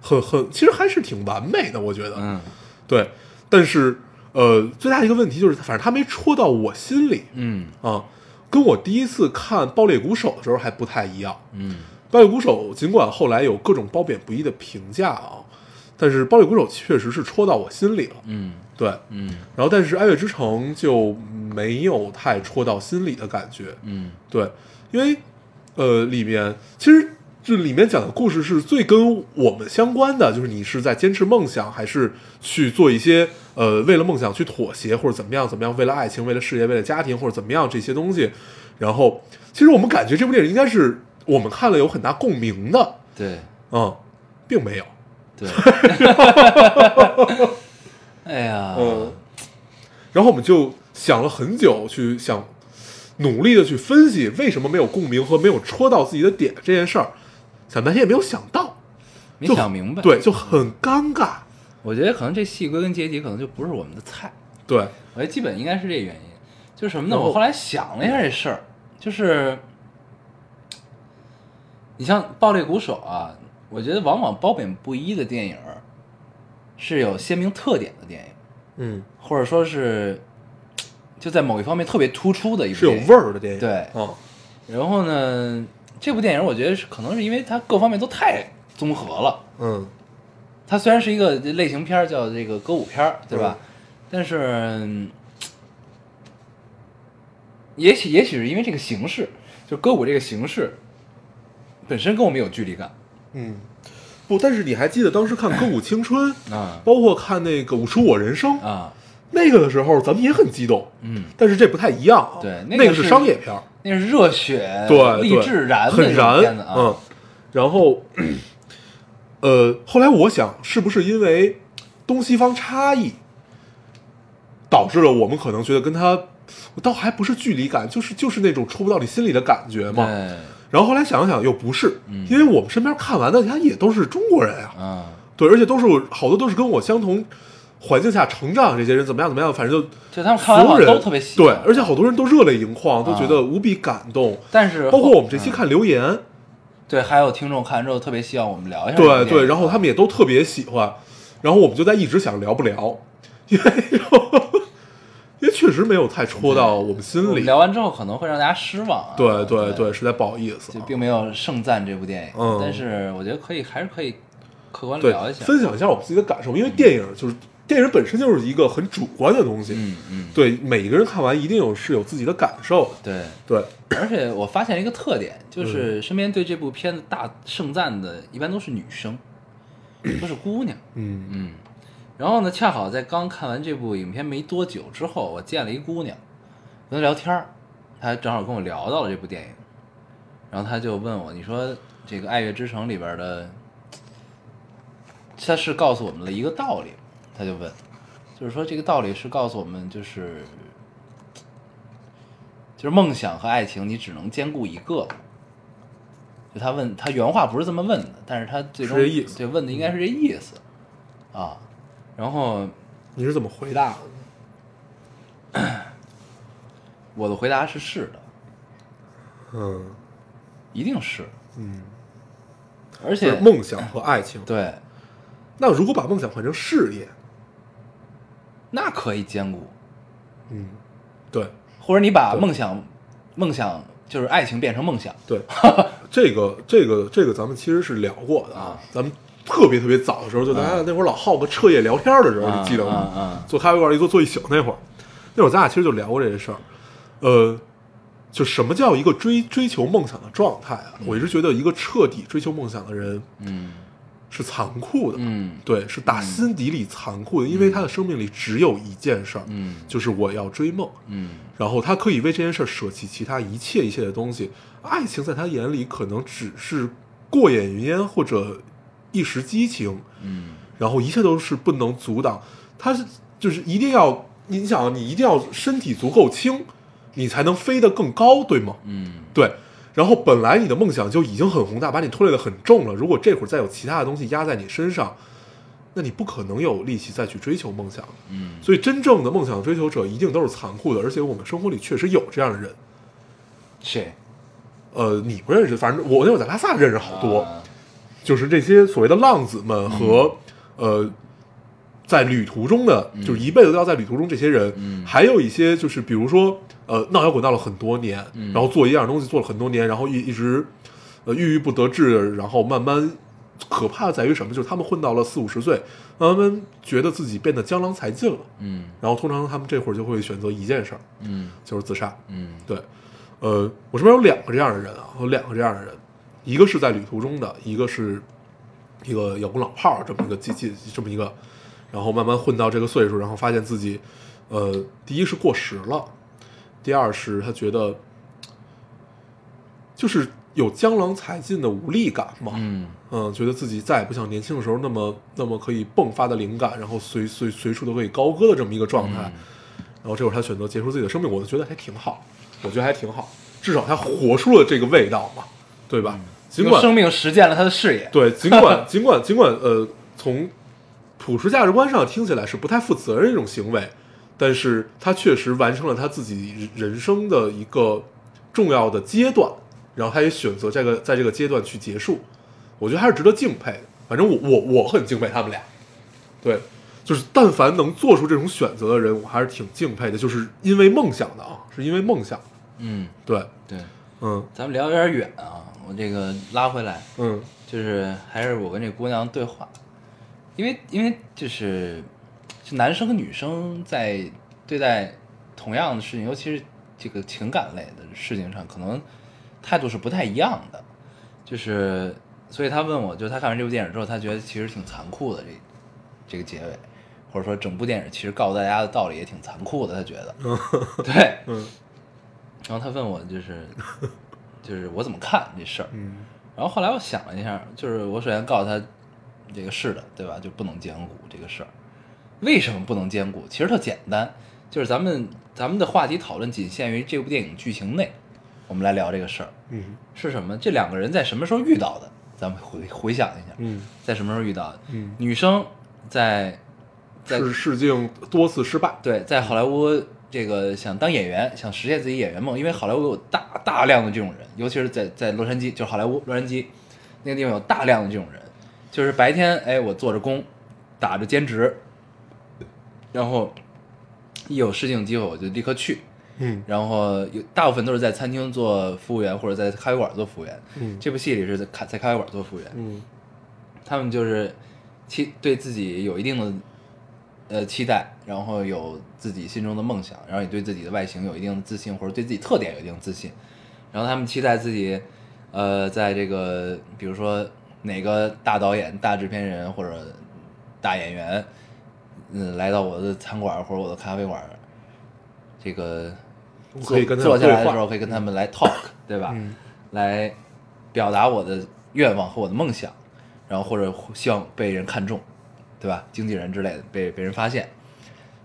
[SPEAKER 3] 很很，其实还是挺完美的，我觉得，
[SPEAKER 1] 嗯
[SPEAKER 3] 对，但是呃，最大的一个问题就是，反正他没戳到我心里
[SPEAKER 1] 嗯
[SPEAKER 3] 啊。跟我第一次看《爆裂鼓手》的时候还不太一样，
[SPEAKER 1] 嗯
[SPEAKER 3] 《暴力鼓手》尽管后来有各种褒贬不一的评价啊，但是《暴力鼓手》确实是戳到我心里了。
[SPEAKER 1] 嗯
[SPEAKER 3] 对，
[SPEAKER 1] 嗯
[SPEAKER 3] 然后但是《爱乐之城》就没有太戳到心里的感觉。
[SPEAKER 1] 嗯
[SPEAKER 3] 对，因为呃，里面其实这里面讲的故事是最跟我们相关的，就是你是在坚持梦想，还是去做一些呃为了梦想去妥协，或者怎么样怎么样，为了爱情、为了事业、为了家庭，或者怎么样这些东西。然后，其实我们感觉这部电影应该是我们看了有很大共鸣的，
[SPEAKER 1] 对
[SPEAKER 3] 嗯，并没有， *laughs*
[SPEAKER 1] 对，哎呀，
[SPEAKER 3] 嗯，然后我们就想了很久，去想努力的去分析为什么没有共鸣和没有戳到自己的点这件事儿，想半天也没有想到，
[SPEAKER 1] 没
[SPEAKER 3] 就
[SPEAKER 1] 想明白，
[SPEAKER 3] 对，就很尴尬，
[SPEAKER 1] 我觉得可能这戏归根结底可能就不是我们的菜，
[SPEAKER 3] 对，
[SPEAKER 1] 我觉得基本应该是这原因。就是什么呢？
[SPEAKER 3] 然后
[SPEAKER 1] 我后来想了一下这事儿，就是你像《爆裂鼓手》啊，我觉得往往褒贬不一的电影儿是有鲜明特点的电影，
[SPEAKER 3] 嗯，
[SPEAKER 1] 或者说是就在某一方面特别突出的一部
[SPEAKER 3] 是有
[SPEAKER 1] 电影。
[SPEAKER 3] 味儿的电影，
[SPEAKER 1] 对
[SPEAKER 3] 啊，
[SPEAKER 1] 然后呢，这部电影我觉得是可能是因为它各方面都太综合了。
[SPEAKER 3] 嗯，
[SPEAKER 1] 它虽然是一个类型片儿，叫这个歌舞片儿，对吧？
[SPEAKER 3] 嗯
[SPEAKER 1] 但是，嗯也许也许是因为这个形式，就歌舞这个形式本身跟我们有距离感
[SPEAKER 3] 嗯，不，但是你还记得当时看《歌舞青春》
[SPEAKER 1] *clears throat* 啊
[SPEAKER 3] 包括看那个《舞出我人生》
[SPEAKER 1] 啊，
[SPEAKER 3] 那个的时候，咱们也很激动，
[SPEAKER 1] 嗯，
[SPEAKER 3] 但是这不太一样啊，
[SPEAKER 1] 对
[SPEAKER 3] 那
[SPEAKER 1] 那个
[SPEAKER 3] 是
[SPEAKER 1] 是
[SPEAKER 3] 商业片儿，
[SPEAKER 1] 那是热血、
[SPEAKER 3] 对，
[SPEAKER 1] 呃励
[SPEAKER 3] 对
[SPEAKER 1] 志、燃的
[SPEAKER 3] 很
[SPEAKER 1] 那种
[SPEAKER 3] 燃
[SPEAKER 1] 片子，啊，
[SPEAKER 3] 嗯。然后，呃，后来我想，是不是因为东西方差异，导致了我们可能觉得跟他，我倒还不是距离感，就是就是那种戳不到你心里的感觉嘛。
[SPEAKER 1] 对，
[SPEAKER 3] 然后后来想了想，又不是，
[SPEAKER 1] 嗯
[SPEAKER 3] 因为我们身边看完的他也都是中国人啊，
[SPEAKER 1] 啊，
[SPEAKER 3] 对，而且都是好多都是跟我相同环境下成长的这些人，怎么样怎么样，反正就。
[SPEAKER 1] 就他们看完
[SPEAKER 3] 所有
[SPEAKER 1] 好像
[SPEAKER 3] 人
[SPEAKER 1] 都特别喜
[SPEAKER 3] 对
[SPEAKER 1] 欢，，
[SPEAKER 3] 而且好多人都热泪盈眶，都觉
[SPEAKER 1] 啊
[SPEAKER 3] 得无比感动。
[SPEAKER 1] 但
[SPEAKER 3] *laughs*
[SPEAKER 1] 是
[SPEAKER 3] 包括我们这期
[SPEAKER 1] 嗯
[SPEAKER 3] 看留言，
[SPEAKER 1] 对，还有听众看完之后特别希望我们聊一下这部
[SPEAKER 3] 对
[SPEAKER 1] 电影，
[SPEAKER 3] 对，然后他们也都特别喜欢，然后我们就在一直想聊不聊， *laughs* 因为因为确实没有太戳到我们
[SPEAKER 1] 我
[SPEAKER 3] 心
[SPEAKER 1] 们
[SPEAKER 3] 里，
[SPEAKER 1] 聊完之后可能会让大家失望啊，
[SPEAKER 3] 对对
[SPEAKER 1] 对
[SPEAKER 3] 对，实在不好意思
[SPEAKER 1] 就
[SPEAKER 3] 啊，
[SPEAKER 1] 并没有盛赞这部电影，
[SPEAKER 3] 嗯
[SPEAKER 1] 但是我觉得可以，还是可以客观
[SPEAKER 3] 对
[SPEAKER 1] 聊一下。
[SPEAKER 3] 分享一下我们自己的感受，因为电影就是电影本身就是一个很主观的东西，
[SPEAKER 1] 嗯嗯，
[SPEAKER 3] 对每个人看完一定有是有自己的感受的，
[SPEAKER 1] 对。
[SPEAKER 3] 对，
[SPEAKER 1] 而且我发现了一个特点，
[SPEAKER 3] 嗯
[SPEAKER 1] 就是身边对这部片子大盛赞的，一般都是女生，都是姑娘。
[SPEAKER 3] 嗯
[SPEAKER 1] 嗯，然后呢，恰好在刚看完这部影片没多久之后，我见了一姑娘，跟她聊天儿，她正好跟我聊到了这部电影，然后她就问我，你说这个《爱乐之城》里边的，它是告诉我们了一个道理，她就问，就是说这个道理是告诉我们，就是就是梦想和爱情，你只能兼顾一个。就她问，她原话不是这么问的，但是她最终
[SPEAKER 3] 是这意思
[SPEAKER 1] 对问的应该是这意思。啊，然后
[SPEAKER 3] 你是怎么回答的？
[SPEAKER 1] 我的回答是是的，
[SPEAKER 3] 嗯
[SPEAKER 1] 一定是，
[SPEAKER 3] 嗯，
[SPEAKER 1] 而
[SPEAKER 3] 就
[SPEAKER 1] 且
[SPEAKER 3] 是梦想和爱情。
[SPEAKER 1] 对
[SPEAKER 3] 那如果把梦想换成事业，
[SPEAKER 1] 那可以兼顾。
[SPEAKER 3] 嗯，对
[SPEAKER 1] 或者你把
[SPEAKER 3] 对
[SPEAKER 1] 梦想，梦想就是爱情变成梦想，
[SPEAKER 3] 对， *laughs* 这个这个这个咱们其实是聊过的
[SPEAKER 1] 啊，
[SPEAKER 3] 咱们特别特别早的时候，就咱俩那会儿老好个彻夜聊天的时候，
[SPEAKER 1] 啊
[SPEAKER 3] 你记得
[SPEAKER 1] 啊
[SPEAKER 3] 吗？
[SPEAKER 1] 啊
[SPEAKER 3] 坐咖啡馆一坐坐一宿那会儿，那会儿咱俩其实就聊过这些事儿，呃。就什么叫一个追追求梦想的状态啊？我一直觉得一个彻底追求梦想的人
[SPEAKER 1] 嗯
[SPEAKER 3] 是残酷的，
[SPEAKER 1] 嗯
[SPEAKER 3] 对，是打心底里残酷的，因为他的生命里只有一件事儿，
[SPEAKER 1] 嗯
[SPEAKER 3] 就是我要追梦，
[SPEAKER 1] 嗯
[SPEAKER 3] 然后他可以为这件事儿舍弃其他一切一切的东西。爱情在他眼里可能只是过眼云烟或者一时激情，
[SPEAKER 1] 嗯
[SPEAKER 3] 然后一切都是不能阻挡。他是就是一定要，你想，你一定要身体足够轻，你才能飞得更高，对吗？
[SPEAKER 1] 嗯
[SPEAKER 3] 对。然后本来你的梦想就已经很宏大，把你拖累得很重了。如果这会儿再有其他的东西压在你身上，那你不可能有力气再去追求梦想了。
[SPEAKER 1] 嗯，
[SPEAKER 3] 所以，真正的梦想追求者一定都是残酷的，而且我们生活里确实有这样的人。
[SPEAKER 1] 谁？
[SPEAKER 3] 呃，你不认识，反正我那会儿在拉萨认识好多，
[SPEAKER 1] 啊
[SPEAKER 3] 就是这些所谓的浪子们和、
[SPEAKER 1] 嗯
[SPEAKER 3] 呃，在旅途中的，就是一辈子都要在旅途中这些人，
[SPEAKER 1] 嗯
[SPEAKER 3] 还有一些就是比如说呃闹摇滚闹了很多年，
[SPEAKER 1] 嗯
[SPEAKER 3] 然后做一样东西做了很多年，然后一一直呃郁郁不得志，然后慢慢。可怕的在于什么？就是他们混到了四五十岁，慢慢觉得自己变得江郎才尽了，
[SPEAKER 1] 嗯
[SPEAKER 3] 然后通常他们这会儿就会选择一件事儿，
[SPEAKER 1] 嗯
[SPEAKER 3] 就是自杀。
[SPEAKER 1] 嗯
[SPEAKER 3] 对，呃，我身边有两个这样的人啊，有两个这样的人，一个是在旅途中的，一个是一个摇滚老炮儿这么一个机器这么一个，然后慢慢混到这个岁数，然后发现自己，呃，第一是过时了，第二是他觉得就是有江郎才尽的无力感嘛，
[SPEAKER 1] 嗯
[SPEAKER 3] 嗯，觉得自己再也不像年轻的时候那么那么可以迸发的灵感，然后随随随处都可以高歌的这么一个状态。然后这会儿他选择结束自己的生命，我就觉得还挺好，我觉得还挺好，至少他活出了这个味道嘛，对吧？尽
[SPEAKER 1] 用
[SPEAKER 3] 管
[SPEAKER 1] 生命实践了他的事业，
[SPEAKER 3] 对，尽管 *laughs* 尽管尽管呃，从普世价值观上听起来是不太负责任的一种行为，但是他确实完成了他自己人生的一个重要的阶段，然后他也选择这个在这个阶段去结束，我觉得还是值得敬佩的。反正我我我很敬佩他们俩，对，就是但凡能做出这种选择的人，我还是挺敬佩的，就是因为梦想的啊，是因为梦想，
[SPEAKER 1] 嗯，
[SPEAKER 3] 对，
[SPEAKER 1] 对，
[SPEAKER 3] 嗯
[SPEAKER 1] 咱们聊有点远啊，我这个拉回来，
[SPEAKER 3] 嗯
[SPEAKER 1] 就是还是我跟这姑娘对话，因为因为就是，就男生和女生在对待同样的事情，尤其是这个情感类的事情上，可能态度是不太一样的。就是，所以他问我，就他看完这部电影之后，他觉得其实挺残酷的这这个结尾，或者说整部电影其实告诉大家的道理也挺残酷的，他觉得，对，
[SPEAKER 3] 嗯
[SPEAKER 1] 然后他问我就是就是我怎么看这事儿，
[SPEAKER 3] 嗯
[SPEAKER 1] 然后后来我想了一下，就是我首先告诉他，这个是的，对吧？就不能兼顾这个事儿。为什么不能兼顾？其实特简单，就是咱们咱们的话题讨论仅限于这部电影剧情内，我们来聊这个事儿
[SPEAKER 3] 嗯
[SPEAKER 1] 是什么？这两个人在什么时候遇到的？咱们回回想一下，
[SPEAKER 3] 嗯
[SPEAKER 1] 在什么时候遇到的？
[SPEAKER 3] 嗯，
[SPEAKER 1] 女生在在
[SPEAKER 3] 是试镜多次失败。
[SPEAKER 1] 对，在好莱坞这个想当演员，想实现自己演员梦，因为好莱坞有大大量的这种人，尤其是在在洛杉矶，就是好莱坞洛杉矶那个地方有大量的这种人，就是白天哎我做着工，打着兼职，然后一有试镜机会我就立刻去，
[SPEAKER 3] 嗯
[SPEAKER 1] 然后有大部分都是在餐厅做服务员或者在咖啡馆做服务员。
[SPEAKER 3] 嗯
[SPEAKER 1] 这部戏里是在咖在咖啡馆做服务员，
[SPEAKER 3] 嗯
[SPEAKER 1] 他们就是期对自己有一定的呃期待，然后有自己心中的梦想，然后也对自己的外形有一定的自信，或者对自己特点有一定的自信。然后他们期待自己，呃，在这个比如说哪个大导演、大制片人或者大演员，嗯，来到我的餐馆或者我的咖啡馆，这个
[SPEAKER 3] 我
[SPEAKER 1] 坐
[SPEAKER 3] 可以跟他
[SPEAKER 1] 坐下来的
[SPEAKER 3] 对话
[SPEAKER 1] 时候可以跟他们来 talk，对吧？
[SPEAKER 3] 嗯
[SPEAKER 1] 来表达我的愿望和我的梦想，然后或者希望被人看中，对吧？经纪人之类的被被人发现。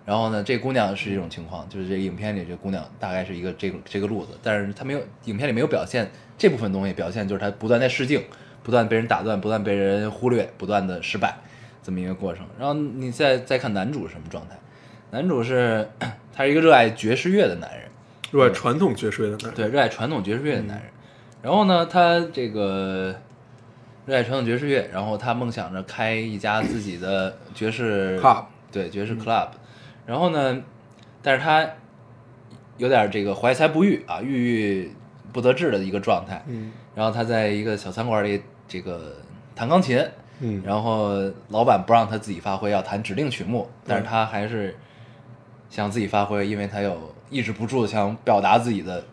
[SPEAKER 1] 然后呢，这姑娘是一种情况，就是这影片里这姑娘大概是一个这个这个路子，但是她没有影片里没有表现这部分东西，表现就是她不断在试镜，不断被人打断，不断被人忽略，不断的失败，这么一个过程。然后你再再看男主是什么状态，男主是 *clears throat* 他是一个热爱爵士乐的男人，
[SPEAKER 3] 热爱传统爵士乐的男人，
[SPEAKER 1] 对，热爱传统爵士乐的男人。然后呢，他这个热爱传统爵士乐，然后他梦想着开一家自己的爵士
[SPEAKER 3] *coughs* Club
[SPEAKER 1] 对爵士 club，、然后呢，但是他有点这个怀才不遇啊，郁郁不得志的一个状态。
[SPEAKER 3] 嗯
[SPEAKER 1] 然后他在一个小餐馆里这个弹钢琴，
[SPEAKER 3] 嗯，
[SPEAKER 1] 然后老板不让他自己发挥，要弹指定曲目，但是他还是想自己发挥，因为他有抑制不住的想表达自己的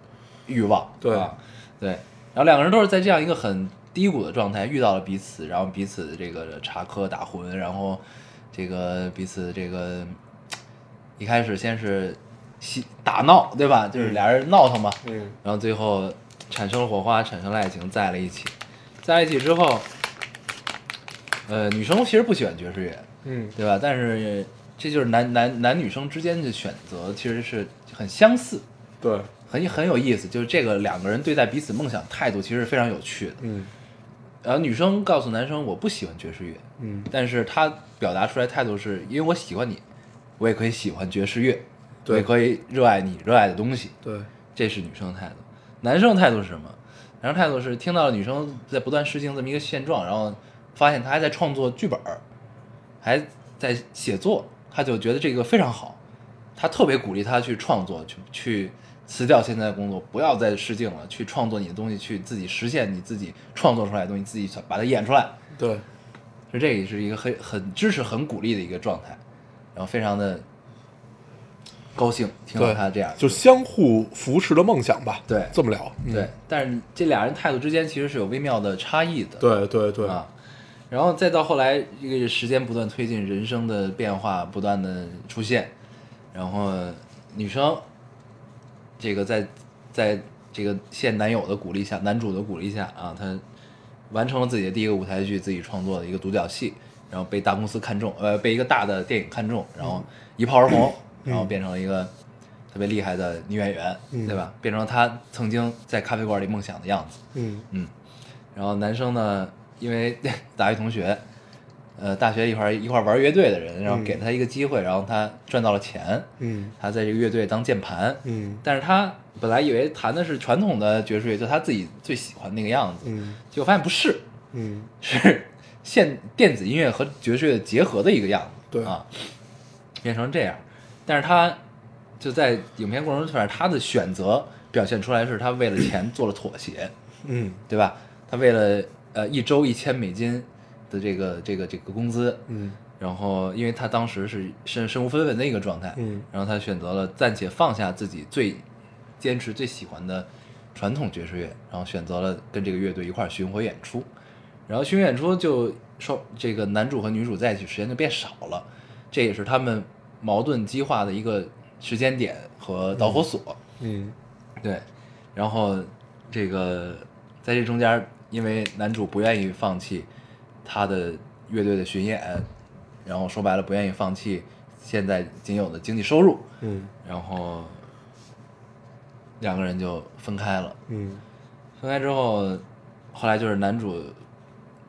[SPEAKER 1] 欲望。
[SPEAKER 3] 对
[SPEAKER 1] 啊，对。然后两个人都是在这样一个很低谷的状态遇到了彼此，然后彼此这个插科打诨，然后这个彼此这个一开始先是嬉打闹，对吧？就是俩人闹腾嘛，
[SPEAKER 3] 嗯
[SPEAKER 1] 然后最后产生了火花，产生了爱情，在了一起，在一起之后，呃，女生其实不喜欢爵士乐，
[SPEAKER 3] 嗯
[SPEAKER 1] 对吧？但是这就是男男男女生之间的选择，其实是很相似，
[SPEAKER 3] 对，
[SPEAKER 1] 很很有意思。就是这个两个人对待彼此梦想态度，其实是非常有趣的。
[SPEAKER 3] 嗯
[SPEAKER 1] 然后女生告诉男生我不喜欢爵士乐，
[SPEAKER 3] 嗯
[SPEAKER 1] 但是她表达出来态度是因为我喜欢你，我也可以喜欢爵士乐，我
[SPEAKER 3] 对
[SPEAKER 1] 也可以热爱你热爱的东西。
[SPEAKER 3] 对，
[SPEAKER 1] 这是女生的态度。男生的态度是什么？男生态度是听到了女生在不断适应这么一个现状，然后发现她还在创作剧本儿，还在写作，他就觉得这个非常好，他特别鼓励她去创作，去去辞掉现在的工作，不要再试镜了，去创作你的东西，去自己实现你自己创作出来的东西，自己把它演出来。
[SPEAKER 3] 对，
[SPEAKER 1] 是这个是一个很很支持、很鼓励的一个状态，然后非常的高兴听到
[SPEAKER 3] 对
[SPEAKER 1] 他这样，
[SPEAKER 3] 就相互扶持的梦想吧。
[SPEAKER 1] 对
[SPEAKER 3] 这么聊。嗯
[SPEAKER 1] 对，但是这俩人态度之间其实是有微妙的差异的。
[SPEAKER 3] 对对对，
[SPEAKER 1] 啊，然后再到后来，这个时间不断推进，人生的变化不断的出现，然后女生这个在在这个现男友的鼓励下，男主的鼓励下啊，她完成了自己的第一个舞台剧，自己创作的一个独角戏，然后被大公司看中，呃，被一个大的电影看中，然
[SPEAKER 3] 嗯
[SPEAKER 1] 后一炮而红，然后变成了一个特别厉害的女演员，
[SPEAKER 3] 嗯
[SPEAKER 1] 对吧？变成了她曾经在咖啡馆里梦想的样子。
[SPEAKER 3] 嗯
[SPEAKER 1] 嗯，然后男生呢，因为 *laughs* 大学同学，呃，大学一块儿一块儿玩乐队的人，然后
[SPEAKER 3] 嗯
[SPEAKER 1] 给了他一个机会，然后他赚到了钱，
[SPEAKER 3] 嗯
[SPEAKER 1] 他在这个乐队当键盘，
[SPEAKER 3] 嗯
[SPEAKER 1] 但是他本来以为弹的是传统的爵士乐，就他自己最喜欢那个样子，
[SPEAKER 3] 嗯
[SPEAKER 1] 结果发现不是， *laughs*
[SPEAKER 3] 嗯，
[SPEAKER 1] 是现电子音乐和爵士乐结合的一个样子，
[SPEAKER 3] 对
[SPEAKER 1] 啊，变成这样，但是他就在影片过程中，反正他的选择表现出来是他为了钱做了妥协，
[SPEAKER 3] 嗯
[SPEAKER 1] 对吧？他为了呃一周一千美金的这个这个这个工资，
[SPEAKER 3] 嗯
[SPEAKER 1] 然后因为他当时是身身无分文的一个状态，
[SPEAKER 3] 嗯
[SPEAKER 1] 然后他选择了暂且放下自己最坚持最喜欢的传统爵士乐，然后选择了跟这个乐队一块儿巡回演出，然后巡回演出就说这个男主和女主在一起时间就变少了，这也是他们矛盾激化的一个时间点和导火索。
[SPEAKER 3] 嗯
[SPEAKER 1] 对，然后这个在这中间儿，因为男主不愿意放弃他的乐队的巡演，然后说白了不愿意放弃现在仅有的经济收入，
[SPEAKER 3] 嗯
[SPEAKER 1] 然后两个人就分开了。
[SPEAKER 3] 嗯
[SPEAKER 1] 分开之后，后来就是男主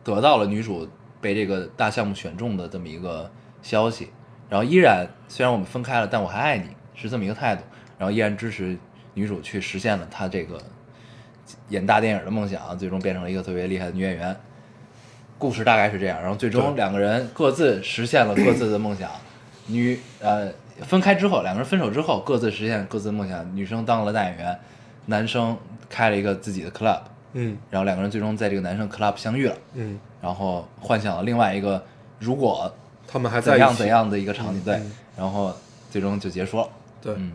[SPEAKER 1] 得到了女主被这个大项目选中的这么一个消息，然后依然虽然我们分开了，但我还爱你，是这么一个态度，然后依然支持女主去实现了她这个演大电影的梦想，最终变成了一个特别厉害的女演员。故事大概是这样，然后最终
[SPEAKER 3] 对
[SPEAKER 1] 两个人各自实现了各自的梦想。女呃分开之后，两个人分手之后，各自实现各自的梦想。女生当了大演员，男生开了一个自己的 club，
[SPEAKER 3] 嗯
[SPEAKER 1] 然后两个人最终在这个男生 club 相遇了，
[SPEAKER 3] 嗯，
[SPEAKER 1] 然后幻想了另外一个如果
[SPEAKER 3] 他们还在
[SPEAKER 1] 怎
[SPEAKER 3] 一
[SPEAKER 1] 样
[SPEAKER 3] 起，
[SPEAKER 1] 怎样的一个场景，对
[SPEAKER 3] 嗯，
[SPEAKER 1] 然后最终就结束了。
[SPEAKER 3] 对，
[SPEAKER 1] 嗯，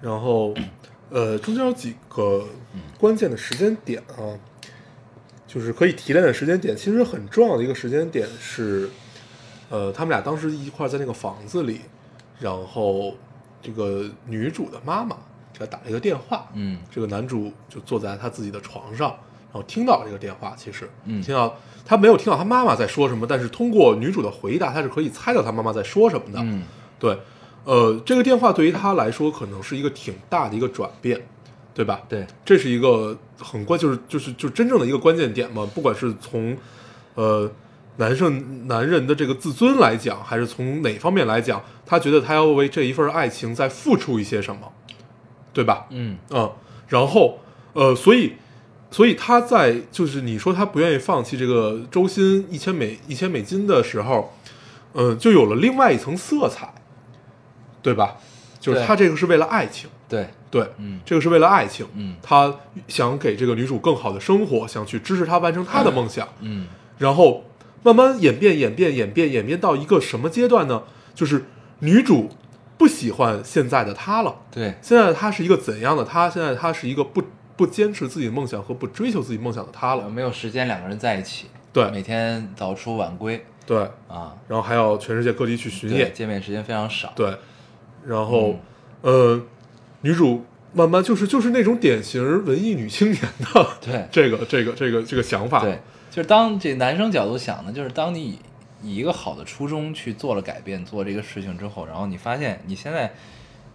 [SPEAKER 3] 然后，呃，中间有几个
[SPEAKER 1] 嗯
[SPEAKER 3] 关键的时间点啊，就是可以提炼的时间点。其实很重要的一个时间点是，呃，他们俩当时一块儿在那个房子里，然后这个女主的妈妈给她打了一个电话，
[SPEAKER 1] 嗯
[SPEAKER 3] 这个男主就坐在他自己的床上，然后听到这个电话，其实，
[SPEAKER 1] 嗯
[SPEAKER 3] 听到他没有听到他妈妈在说什么，但是通过女主的回答，他是可以猜到他妈妈在说什么的，
[SPEAKER 1] 嗯
[SPEAKER 3] 对，呃，这个电话对于他来说可能是一个挺大的一个转变，对吧？，
[SPEAKER 1] 对，
[SPEAKER 3] 这是一个很关，就是就是就真正的一个关键点嘛。不管是从呃男生男人的这个自尊来讲，还是从哪方面来讲，他觉得他要为这一份爱情再付出一些什么，对吧？
[SPEAKER 1] 嗯
[SPEAKER 3] 嗯，然后呃，所以所以他在就是你说他不愿意放弃这个周薪一千美一千美金的时候，呃，就有了另外一层色彩，对吧？就是
[SPEAKER 1] 对
[SPEAKER 3] 他这个是为了爱情，
[SPEAKER 1] 对，
[SPEAKER 3] 对，
[SPEAKER 1] 嗯
[SPEAKER 3] 这个是为了爱情，
[SPEAKER 1] 嗯
[SPEAKER 3] 他想给这个女主更好的生活，想去支持她完成她的梦想，
[SPEAKER 1] 嗯
[SPEAKER 3] 然后慢慢演变、演变、演变、演变到一个什么阶段呢？就是女主不喜欢现在的她了，
[SPEAKER 1] 对，
[SPEAKER 3] 现在的她是一个怎样的她？现在她是一个不不坚持自己的梦想和不追求自己梦想的她了，
[SPEAKER 1] 没有时间两个人在一起，每
[SPEAKER 3] 对
[SPEAKER 1] 天早出晚归
[SPEAKER 3] 对，
[SPEAKER 1] 啊，
[SPEAKER 3] 然后还要全世界各地去巡
[SPEAKER 1] 对，
[SPEAKER 3] 演，
[SPEAKER 1] 见面时间非常少，
[SPEAKER 3] 对，然后，
[SPEAKER 1] 嗯
[SPEAKER 3] 呃，女主慢慢就是就是那种典型文艺女青年的
[SPEAKER 1] 对
[SPEAKER 3] *laughs* 这个这个这个这个想法，
[SPEAKER 1] 对，就是当这男生角度想呢，就是当你以以一个好的初衷去做了改变，做这个事情之后，然后你发现你现在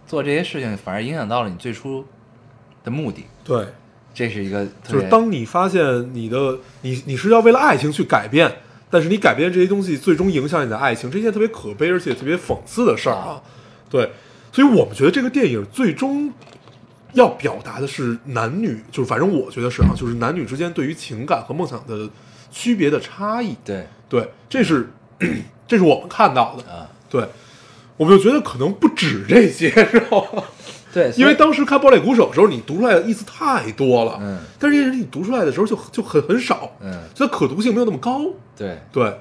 [SPEAKER 1] 做这些事情反而影响到了你最初的目的，
[SPEAKER 3] 对，
[SPEAKER 1] 这是一个特
[SPEAKER 3] 就是
[SPEAKER 1] 别
[SPEAKER 3] 当你发现你的你你是要为了爱情去改变，但是你改变这些东西最终影响你的爱情，这是一件特别可悲而且特别讽刺的事儿啊
[SPEAKER 1] 啊。
[SPEAKER 3] 对，所以我们觉得这个电影最终要表达的是男女，就是反正我觉得是啊，就是男女之间对于情感和梦想的区别的差异。
[SPEAKER 1] 对
[SPEAKER 3] 对，这是 *clears throat* 这是我们看到的。
[SPEAKER 1] 啊
[SPEAKER 3] 对，我们就觉得可能不止这些，知
[SPEAKER 1] *laughs*
[SPEAKER 3] 道吗？
[SPEAKER 1] 对，
[SPEAKER 3] 因
[SPEAKER 1] 所
[SPEAKER 3] 为
[SPEAKER 1] 以
[SPEAKER 3] 当时看《堡垒鼓手》的时候，你读出来的意思太多了，
[SPEAKER 1] 嗯，
[SPEAKER 3] 但是这些人你读出来的时候就就很很少，
[SPEAKER 1] 嗯
[SPEAKER 3] 所以可读性没有那么高，
[SPEAKER 1] 对
[SPEAKER 3] 对。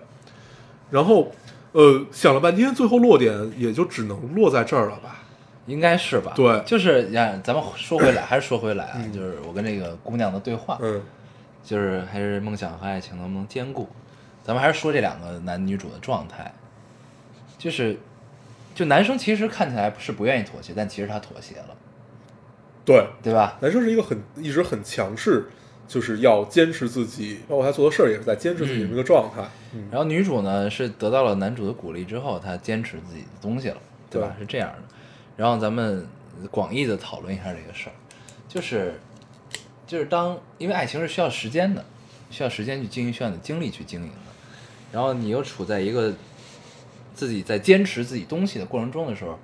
[SPEAKER 3] 然后，呃，想了半天，最后落点也就只能落在这儿了吧？
[SPEAKER 1] 应该是吧？
[SPEAKER 3] 对
[SPEAKER 1] 就是呀，咱们说回来，还是说回来啊，就是我跟这个姑娘的对话，
[SPEAKER 3] 嗯
[SPEAKER 1] 就是还是梦想和爱情能不能兼顾？咱们还是说这两个男女主的状态，就是，就男生其实看起来是不愿意妥协，但其实他妥协了，
[SPEAKER 3] 对。
[SPEAKER 1] 对吧？
[SPEAKER 3] 男生是一个很一直很强势，就是要坚持自己，包括他做的事儿也是在坚持自己这么一个状态。嗯，
[SPEAKER 1] 然后女主呢是得到了男主的鼓励之后，她坚持自己的东西了，对吧？
[SPEAKER 3] 对
[SPEAKER 1] 是这样的。然后咱们广义的讨论一下这个事儿，就是就是当因为爱情是需要时间的，需要时间去经营，需要你的精力去经营的。然后你又处在一个自己在坚持自己东西的过程中的时候，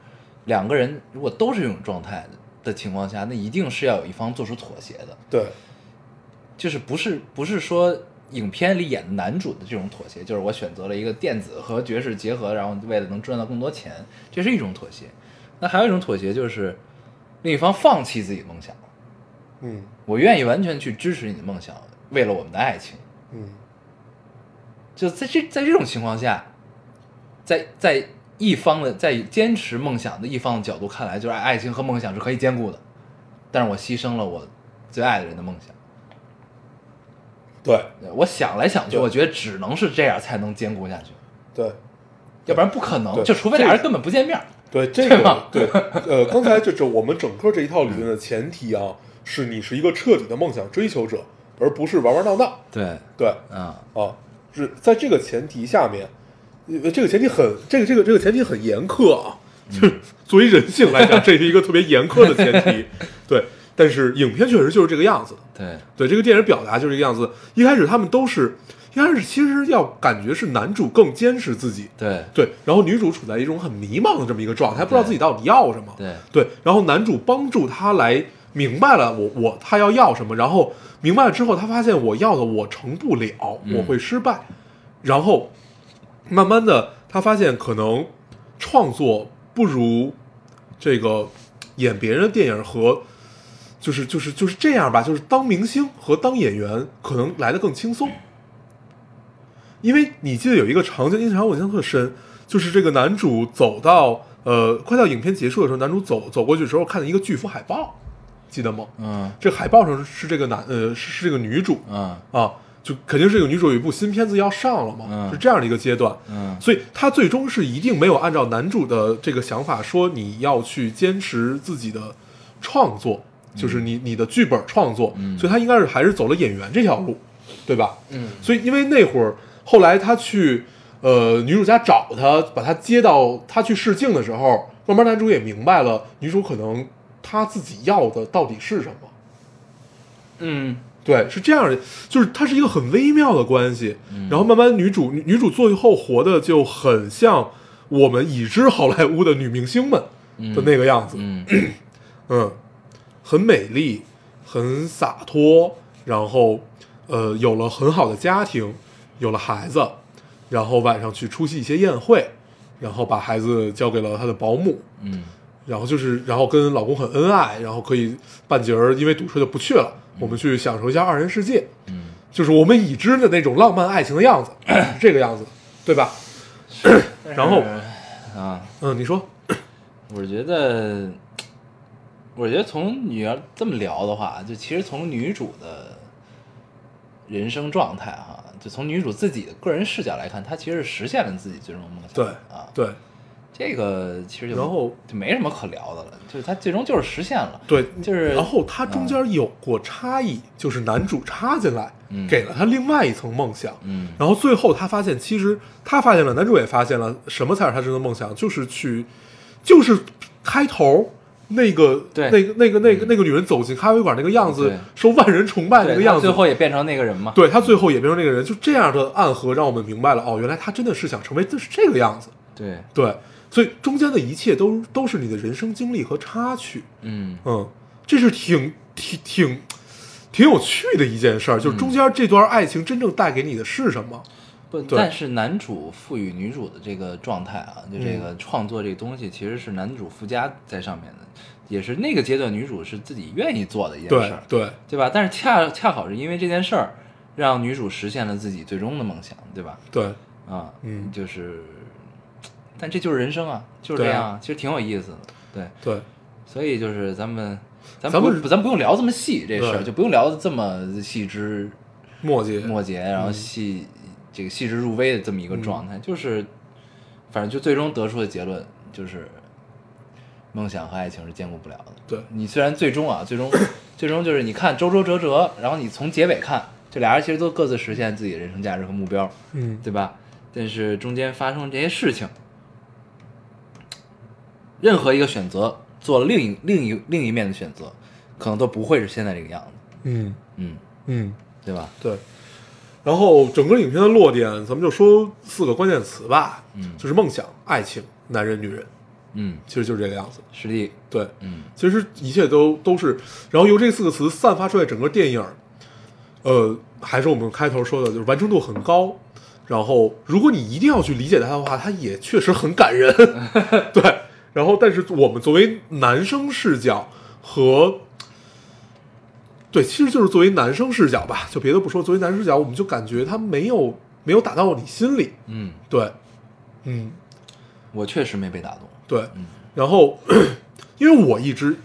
[SPEAKER 1] 两个人如果都是这种状态的的情况下，那一定是要有一方做出妥协的。
[SPEAKER 3] 对，
[SPEAKER 1] 就是不是不是说影片里演的男主的这种妥协，就是我选择了一个电子和爵士结合，然后为了能赚到更多钱，这是一种妥协。那还有一种妥协就是另一方放弃自己的梦想，
[SPEAKER 3] 嗯
[SPEAKER 1] 我愿意完全去支持你的梦想，为了我们的爱情。
[SPEAKER 3] 嗯，
[SPEAKER 1] 就在这在这种情况下，在在一方的在坚持梦想的一方的角度看来，就是爱情和梦想是可以兼顾的，但是我牺牲了我最爱的人的梦想。
[SPEAKER 3] 对
[SPEAKER 1] 对我想来想去，
[SPEAKER 3] 对
[SPEAKER 1] 我觉得只能是这样才能兼顾下去，
[SPEAKER 3] 对。
[SPEAKER 1] 要不然不可能。
[SPEAKER 3] 对
[SPEAKER 1] 就除非俩人根本不见面儿。
[SPEAKER 3] 对这
[SPEAKER 1] 对
[SPEAKER 3] 个
[SPEAKER 1] 吧，
[SPEAKER 3] 对，呃，刚才就是我们整个这一套理论的前提啊，是你是一个彻底的梦想追求者，而不是玩玩闹闹。
[SPEAKER 1] 对，
[SPEAKER 3] 对，
[SPEAKER 1] 啊，
[SPEAKER 3] 啊，是在这个前提下面，呃，这个前提很，这个这个这个前提很严苛啊，就是作为人性来讲，这是一个特别严苛的前提。对，但是影片确实就是这个样子的。
[SPEAKER 1] 对，
[SPEAKER 3] 对，这个电影表达就是这个样子。一开始他们都是，一开始其实要感觉是男主更坚持自己，
[SPEAKER 1] 对，
[SPEAKER 3] 对，然后女主处在一种很迷茫的这么一个状态，不知道自己到底要什么。
[SPEAKER 1] 对
[SPEAKER 3] 对，然后男主帮助她来明白了我我她要要什么，然后明白了之后，她发现我要的我成不了，
[SPEAKER 1] 嗯
[SPEAKER 3] 我会失败。然后慢慢的，她发现可能创作不如这个演别人的电影和。就是就是就是这样吧，就是当明星和当演员可能来的更轻松，因为你记得有一个场景，那个场景我印象特深，就是这个男主走到呃快到影片结束的时候，男主走走过去的时候，看见一个巨幅海报，记得吗？
[SPEAKER 1] 嗯
[SPEAKER 3] 这个海报上是这个男呃是是这个女主
[SPEAKER 1] 嗯
[SPEAKER 3] 啊，就肯定是这个女主有一部新片子要上了嘛，
[SPEAKER 1] 嗯
[SPEAKER 3] 是这样的一个阶段。
[SPEAKER 1] 嗯，
[SPEAKER 3] 所以她最终是一定没有按照男主的这个想法说你要去坚持自己的创作，就是你你的剧本创作，
[SPEAKER 1] 嗯
[SPEAKER 3] 所以她应该是还是走了演员这条路，对吧？
[SPEAKER 1] 嗯，
[SPEAKER 3] 所以因为那会儿后来她去呃女主家找她，把她接到她去试镜的时候，慢慢男主也明白了女主可能她自己要的到底是什么，
[SPEAKER 1] 嗯，
[SPEAKER 3] 对，是这样的，就是它是一个很微妙的关系。
[SPEAKER 1] 嗯
[SPEAKER 3] 然后慢慢女主女女主最后活的就很像我们已知好莱坞的女明星们的那个样子，
[SPEAKER 1] 嗯，
[SPEAKER 3] 嗯，很美丽，很洒脱，然后呃有了很好的家庭，有了孩子，然后晚上去出席一些宴会，然后把孩子交给了她的保姆，
[SPEAKER 1] 嗯，
[SPEAKER 3] 然后就是，然后跟老公很恩爱，然后可以半截儿因为堵车就不去了，我们去享受一下二人世界，
[SPEAKER 1] *coughs* 嗯，
[SPEAKER 3] 就是我们已知的那种浪漫爱情的样子， *clears throat* 这个样子，对吧？然后，
[SPEAKER 1] 啊，
[SPEAKER 3] 嗯，你说，
[SPEAKER 1] 我觉得，我觉得从女儿这么聊的话，就其实从女主的人生状态哈、就从女主自己的个人视角来看，她其实是实现了自己最终的梦想。
[SPEAKER 3] 对
[SPEAKER 1] 啊，
[SPEAKER 3] 对
[SPEAKER 1] 这个其实就
[SPEAKER 3] 然后
[SPEAKER 1] 就没什么可聊的了，就是她最终就是实现了。
[SPEAKER 3] 对，
[SPEAKER 1] 就是
[SPEAKER 3] 然后他中间有过差异，就是男主插进来，
[SPEAKER 1] 嗯
[SPEAKER 3] 给了他另外一层梦想，
[SPEAKER 1] 嗯
[SPEAKER 3] 然后最后他发现，其实他发现了，男主也发现了，什么才是他真正的梦想？就是去，就是开头那个
[SPEAKER 1] 对
[SPEAKER 3] 那个那个那个那个女人走进咖啡馆那个样子
[SPEAKER 1] 对，
[SPEAKER 3] 受万人崇拜那个
[SPEAKER 1] 对，
[SPEAKER 3] 样
[SPEAKER 1] 她
[SPEAKER 3] 子，
[SPEAKER 1] 最后也变成那个人嘛。
[SPEAKER 3] 对他最后也变成那个人，就这样的暗合让我们明白了，哦，原来他真的是想成为就是这个样子，
[SPEAKER 1] 对，
[SPEAKER 3] 对，所以中间的一切都都是你的人生经历和插曲，
[SPEAKER 1] 嗯
[SPEAKER 3] 嗯，这是挺挺挺挺有趣的一件事儿，就是中间这段爱情真正带给你的是什么？
[SPEAKER 1] 不，
[SPEAKER 3] 对
[SPEAKER 1] 但是男主赋予女主的这个状态啊，就这
[SPEAKER 3] 嗯
[SPEAKER 1] 个创作这个东西，其实是男主附加在上面的，也是那个阶段女主是自己愿意做的一件事
[SPEAKER 3] 对
[SPEAKER 1] 儿，
[SPEAKER 3] 对
[SPEAKER 1] 对吧？但是恰恰好是因为这件事儿，让女主实现了自己最终的梦想，对吧？
[SPEAKER 3] 对，
[SPEAKER 1] 啊，
[SPEAKER 3] 嗯
[SPEAKER 1] 就是，但这就是人生啊，就是这
[SPEAKER 3] 对啊
[SPEAKER 1] 样啊，其实挺有意思的，对，
[SPEAKER 3] 对，
[SPEAKER 1] 所以就是咱们。咱
[SPEAKER 3] 咱
[SPEAKER 1] 不
[SPEAKER 3] 们
[SPEAKER 1] 用咱不用聊这么细这事儿，
[SPEAKER 3] 对
[SPEAKER 1] 就不用聊的这么细枝
[SPEAKER 3] 墨迹，
[SPEAKER 1] 末节，然后细、这个细致入微的这么一个状
[SPEAKER 3] 嗯
[SPEAKER 1] 态，就是反正就最终得出的结论就是，梦想和爱情是兼顾不了的。
[SPEAKER 3] 对
[SPEAKER 1] 你虽然最终啊，最终 *coughs* 最终就是你看周周折折，然后你从结尾看，这俩人其实都各自实现自己的人生价值和目标，
[SPEAKER 3] 嗯，
[SPEAKER 1] 对吧？但是中间发生这些事情，任何一个选择做另一另一另一面的选择，可能都不会是现在这个样子，
[SPEAKER 3] 嗯
[SPEAKER 1] 嗯，
[SPEAKER 3] 嗯，
[SPEAKER 1] 对吧？
[SPEAKER 3] 对。然后整个影片的落点，咱们就说四个关键词吧，
[SPEAKER 1] 嗯
[SPEAKER 3] 就是梦想、爱情、男人、女人，
[SPEAKER 1] 嗯，
[SPEAKER 3] 其实就是这个样子。
[SPEAKER 1] 实力，
[SPEAKER 3] 对，
[SPEAKER 1] 嗯。
[SPEAKER 3] 其实一切都都是，然后由这四个词散发出来，整个电影，呃，还是我们开头说的，就是完成度很高。然后，如果你一定要去理解它的话，它也确实很感人，对。然后，但是我们作为男生视角和，对，其实就是作为男生视角吧，就别的不说，作为男生视角，我们就感觉它没有没有打到你心里，
[SPEAKER 1] 嗯，
[SPEAKER 3] 对，嗯，
[SPEAKER 1] 我确实没被打动。
[SPEAKER 3] 对，然后 *clears throat* 因为我一直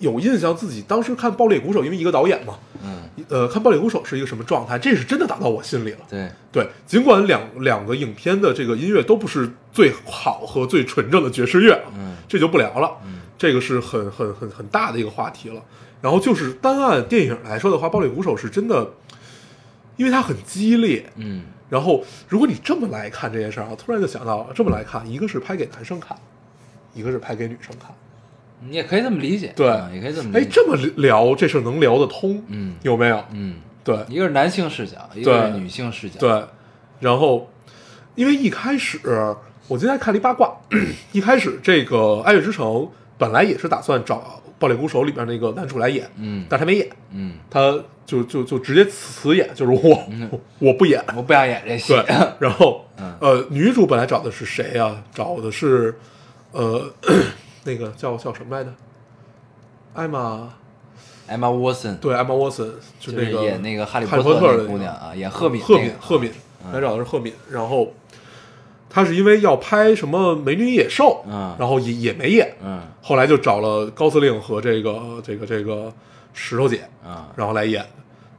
[SPEAKER 3] 有印象，自己当时看《爆裂鼓手》，因为一个导演嘛，
[SPEAKER 1] 嗯，
[SPEAKER 3] 呃，看《爆裂鼓手》是一个什么状态，这是真的打到我心里了。
[SPEAKER 1] 对，
[SPEAKER 3] 对，尽管两两个影片的这个音乐都不是最好和最纯正的爵士乐啊，
[SPEAKER 1] 嗯
[SPEAKER 3] 这就不聊了，
[SPEAKER 1] 嗯
[SPEAKER 3] 这个是很很很很大的一个话题了。然后就是单按电影来说的话，《爆裂鼓手》是真的，因为它很激烈。
[SPEAKER 1] 嗯
[SPEAKER 3] 然后，如果你这么来看这件事儿啊，突然就想到，这么来看，一个是拍给男生看，一个是拍给女生看。
[SPEAKER 1] 你也可以这么理解，
[SPEAKER 3] 对
[SPEAKER 1] 啊也可以这么理
[SPEAKER 3] 哎，
[SPEAKER 1] 解。
[SPEAKER 3] 这么聊这事儿能聊得通，
[SPEAKER 1] 嗯
[SPEAKER 3] 有没有？
[SPEAKER 1] 嗯，
[SPEAKER 3] 对
[SPEAKER 1] 一个是男性视角，一个是
[SPEAKER 3] 对
[SPEAKER 1] 女性视角。，
[SPEAKER 3] 对，然后因为一开始我今天还看了一八卦， *clears throat* 一开始这个《爱乐之城》本来也是打算找《暴力鼓手》里边那个男主来演，
[SPEAKER 1] 嗯
[SPEAKER 3] 但是他没演，
[SPEAKER 1] 嗯，
[SPEAKER 3] 他就就就直接辞演，就是我、
[SPEAKER 1] 嗯
[SPEAKER 3] 我不演，
[SPEAKER 1] 我不想演这戏。
[SPEAKER 3] 对，然后
[SPEAKER 1] *laughs* 嗯
[SPEAKER 3] 呃，女主本来找的是谁啊？找的是呃 *clears throat* 那个叫叫什么来着？艾玛。
[SPEAKER 1] ，Emma Watson，
[SPEAKER 3] 对，艾玛沃森就
[SPEAKER 1] 就是
[SPEAKER 3] 那个
[SPEAKER 1] 演那个哈利
[SPEAKER 3] 波
[SPEAKER 1] 波特
[SPEAKER 3] 特
[SPEAKER 1] 那
[SPEAKER 3] 的
[SPEAKER 1] 姑
[SPEAKER 3] 那个
[SPEAKER 1] 娘啊演赫敏
[SPEAKER 3] 赫
[SPEAKER 1] 那
[SPEAKER 3] 敏
[SPEAKER 1] 个，嗯
[SPEAKER 3] 赫敏来找的是赫敏，然后他是因为要拍什么《美女与野兽》
[SPEAKER 1] 嗯
[SPEAKER 3] 然后也也没演，
[SPEAKER 1] 嗯
[SPEAKER 3] 后来就找了高司令和这个这个这个石头姐，
[SPEAKER 1] 啊，
[SPEAKER 3] 然后来演，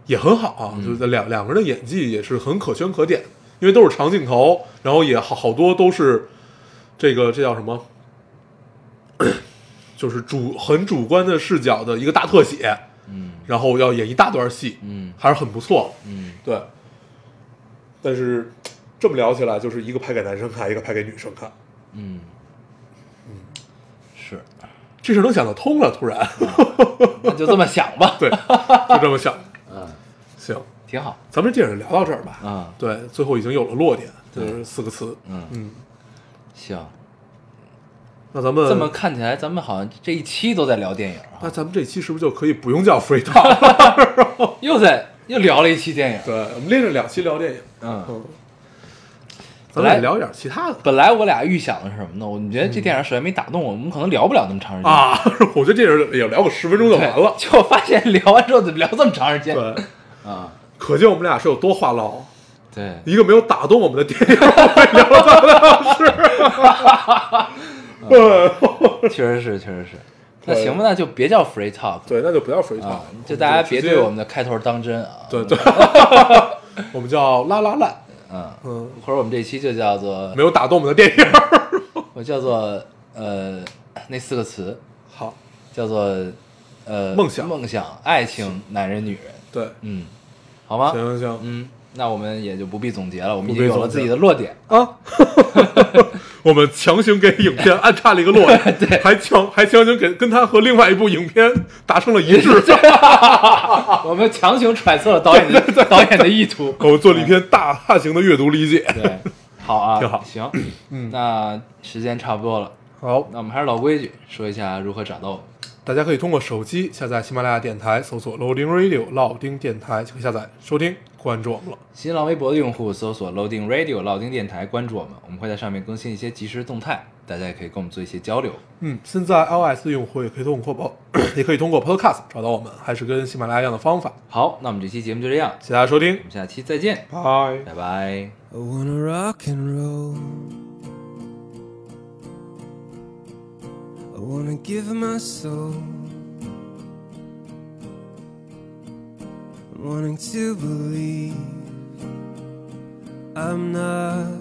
[SPEAKER 3] 也很好啊，
[SPEAKER 1] 嗯
[SPEAKER 3] 就是两两个人的演技也是很可圈可点，因为都是长镜头，然后也好好多都是这个这叫什么？ *clears throat* 就是主很主观的视角的一个大特写，
[SPEAKER 1] 嗯
[SPEAKER 3] 然后要演一大段戏，
[SPEAKER 1] 嗯
[SPEAKER 3] 还是很不错。
[SPEAKER 1] 嗯，
[SPEAKER 3] 对，但是这么聊起来，就是一个拍给男生看，一个拍给女生看，
[SPEAKER 1] 嗯是，
[SPEAKER 3] 这事儿能想得通了。突然， *laughs*
[SPEAKER 1] 那就这么想吧，
[SPEAKER 3] 对，就这么想。
[SPEAKER 1] 嗯，
[SPEAKER 3] 行，
[SPEAKER 1] 挺好
[SPEAKER 3] 咱们这电影聊到这儿吧。
[SPEAKER 1] 啊，
[SPEAKER 3] 对，最后已经有了落点，就
[SPEAKER 1] 对
[SPEAKER 3] 是四个词。
[SPEAKER 1] 嗯，
[SPEAKER 3] 嗯，
[SPEAKER 1] 行。
[SPEAKER 3] 呃那咱们
[SPEAKER 1] 这么看起来，咱们好像这一期都在聊电影啊
[SPEAKER 3] 那，咱们这期是不是就可以不用叫
[SPEAKER 1] *laughs*
[SPEAKER 3] free talk 了？
[SPEAKER 1] 又在又聊了一期电影。
[SPEAKER 3] 嗯对，我们连着两期聊电影。
[SPEAKER 1] 嗯，
[SPEAKER 3] 嗯，咱们也聊一点其他的
[SPEAKER 1] 本来我俩预想的是什么呢？我们觉得这电影实在没打动我，我们可能聊不了那么长时间。
[SPEAKER 3] 啊。 *laughs* 我觉得这人也聊个十分钟就
[SPEAKER 1] 对，
[SPEAKER 3] 完
[SPEAKER 1] *laughs*
[SPEAKER 3] 了。
[SPEAKER 1] 结果发现聊完之后怎么聊这么长时间？
[SPEAKER 3] 对，
[SPEAKER 1] 啊，
[SPEAKER 3] 可见我们俩是有多话唠。 *laughs*
[SPEAKER 1] 对，
[SPEAKER 3] 一个没有打动我们的电
[SPEAKER 1] *laughs*
[SPEAKER 3] 影，我们聊了半个小时。
[SPEAKER 1] 确实是，确实是。那行吧，那就别叫 free talk
[SPEAKER 3] 对，那就不叫水
[SPEAKER 1] 啊
[SPEAKER 3] 草，，
[SPEAKER 1] 就大家别对我们
[SPEAKER 3] 的
[SPEAKER 1] 的开头当真啊。
[SPEAKER 3] 对对，
[SPEAKER 1] *laughs*
[SPEAKER 3] 我们叫拉拉烂，
[SPEAKER 1] 嗯，
[SPEAKER 3] 嗯，
[SPEAKER 1] 或者我们这期就叫做
[SPEAKER 3] 没有打动我们的电影。
[SPEAKER 1] *laughs* 我叫做呃那四个词
[SPEAKER 3] 好，
[SPEAKER 1] 叫做呃
[SPEAKER 3] 梦想
[SPEAKER 1] 梦想、爱情、男人、女人，
[SPEAKER 3] 对，
[SPEAKER 1] 嗯，好吗？
[SPEAKER 3] 行行行
[SPEAKER 1] 嗯，那我们也就不必总结了，我们
[SPEAKER 3] 不
[SPEAKER 1] 已
[SPEAKER 3] 必
[SPEAKER 1] 经有了
[SPEAKER 3] 总结
[SPEAKER 1] 自己的落点。 *laughs*
[SPEAKER 3] *laughs* 啊，我们强行给影片安插了一个落点， *laughs* 对，还强还强行给跟他和另外一部影片达成了一 *laughs* 致。
[SPEAKER 1] 我们强行揣测了导
[SPEAKER 3] *laughs*
[SPEAKER 1] 演的导演的意图。
[SPEAKER 3] 我们做了一篇大大型的阅读理解。
[SPEAKER 1] 对，好啊，
[SPEAKER 3] 挺好
[SPEAKER 1] 行，嗯，那时间差不多了，
[SPEAKER 3] 好，
[SPEAKER 1] 那我们还是老规矩，说一下如何找到我们。
[SPEAKER 3] 大家可以通过手机下载喜马拉雅电台，搜索 Loading Radio 老丁电台就可以下载收听，关注我们了。
[SPEAKER 1] 新浪微博的用户搜索 Loading Radio 老丁电台，关注我们，我们会在上面更新一些即时动态，大家也可以跟我们做一些交流。
[SPEAKER 3] 嗯，现在 iOS 的用户也可以通过播， *coughs* 也可以通过 Podcast 找到我们，还是跟喜马拉雅一样的方法。
[SPEAKER 1] 好，那我们这期节目就这样，
[SPEAKER 3] 谢谢大家收
[SPEAKER 1] 我，
[SPEAKER 3] 听
[SPEAKER 1] 们下期再见，
[SPEAKER 3] 拜。
[SPEAKER 1] 拜拜。
[SPEAKER 4] I wanna rock and roll. I wanna give my soul. I'm wanting to believe I'm not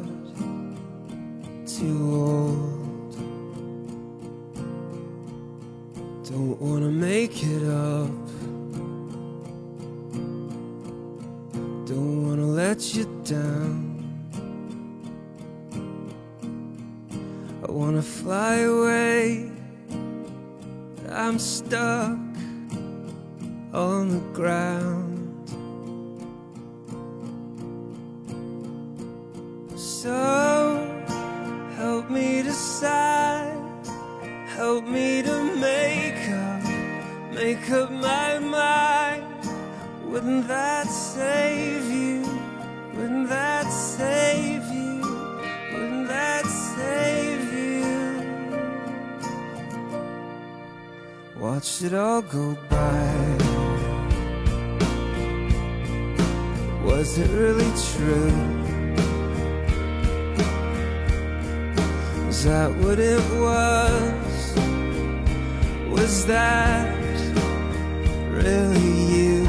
[SPEAKER 4] too old. Don't wanna make it up. Don't wanna let you down. I wanna fly away. but I'm stuck on the ground. So help me decide. Help me to make up, make up my mind. Wouldn't that save you? Wouldn't that save you? Wouldn't that save you? Watch it all go by. Was it really true? Was that what it was? Was that really you?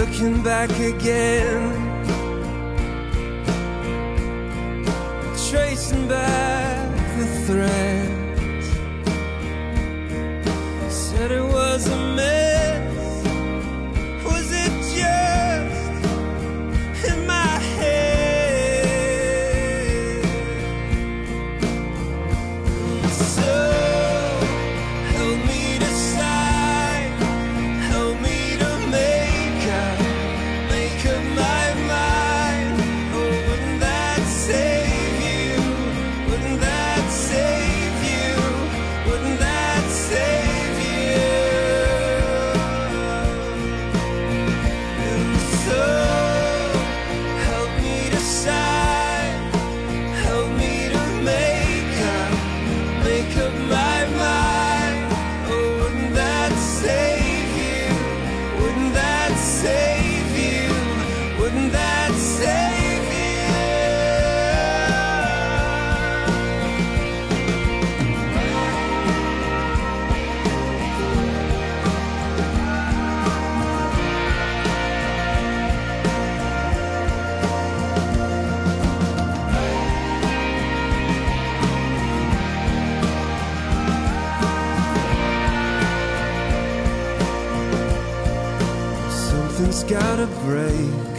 [SPEAKER 4] looking back again, tracing back the thread. Said it was a mess. Was it just in my head? So help me decide. Help me to make up, make up my mind. Oh, wouldn't that save you? Wouldn't that save you? Wouldn't that save you? And so, help me decide. Help me to make up, make up my mind. Oh, wouldn't that save you? Wouldn't that save you? Wouldn't that save you? Something's gotta break.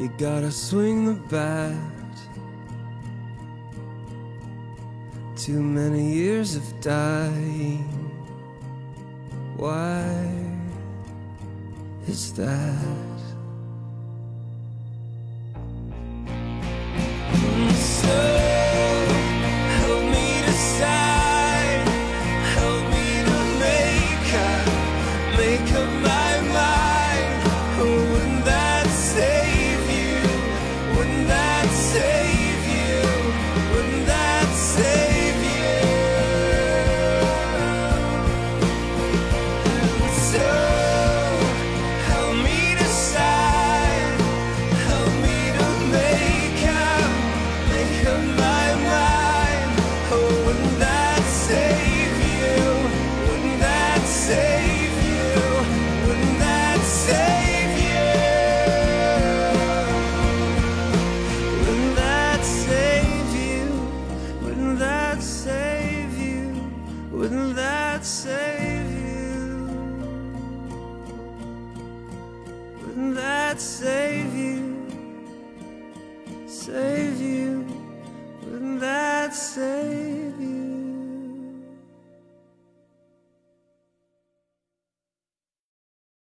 [SPEAKER 4] You gotta swing the bat. Too many years of dying. Why is that? So help me decide. Help me to make up, make up my mind.
[SPEAKER 5] that save you, save you, wouldn't that save you?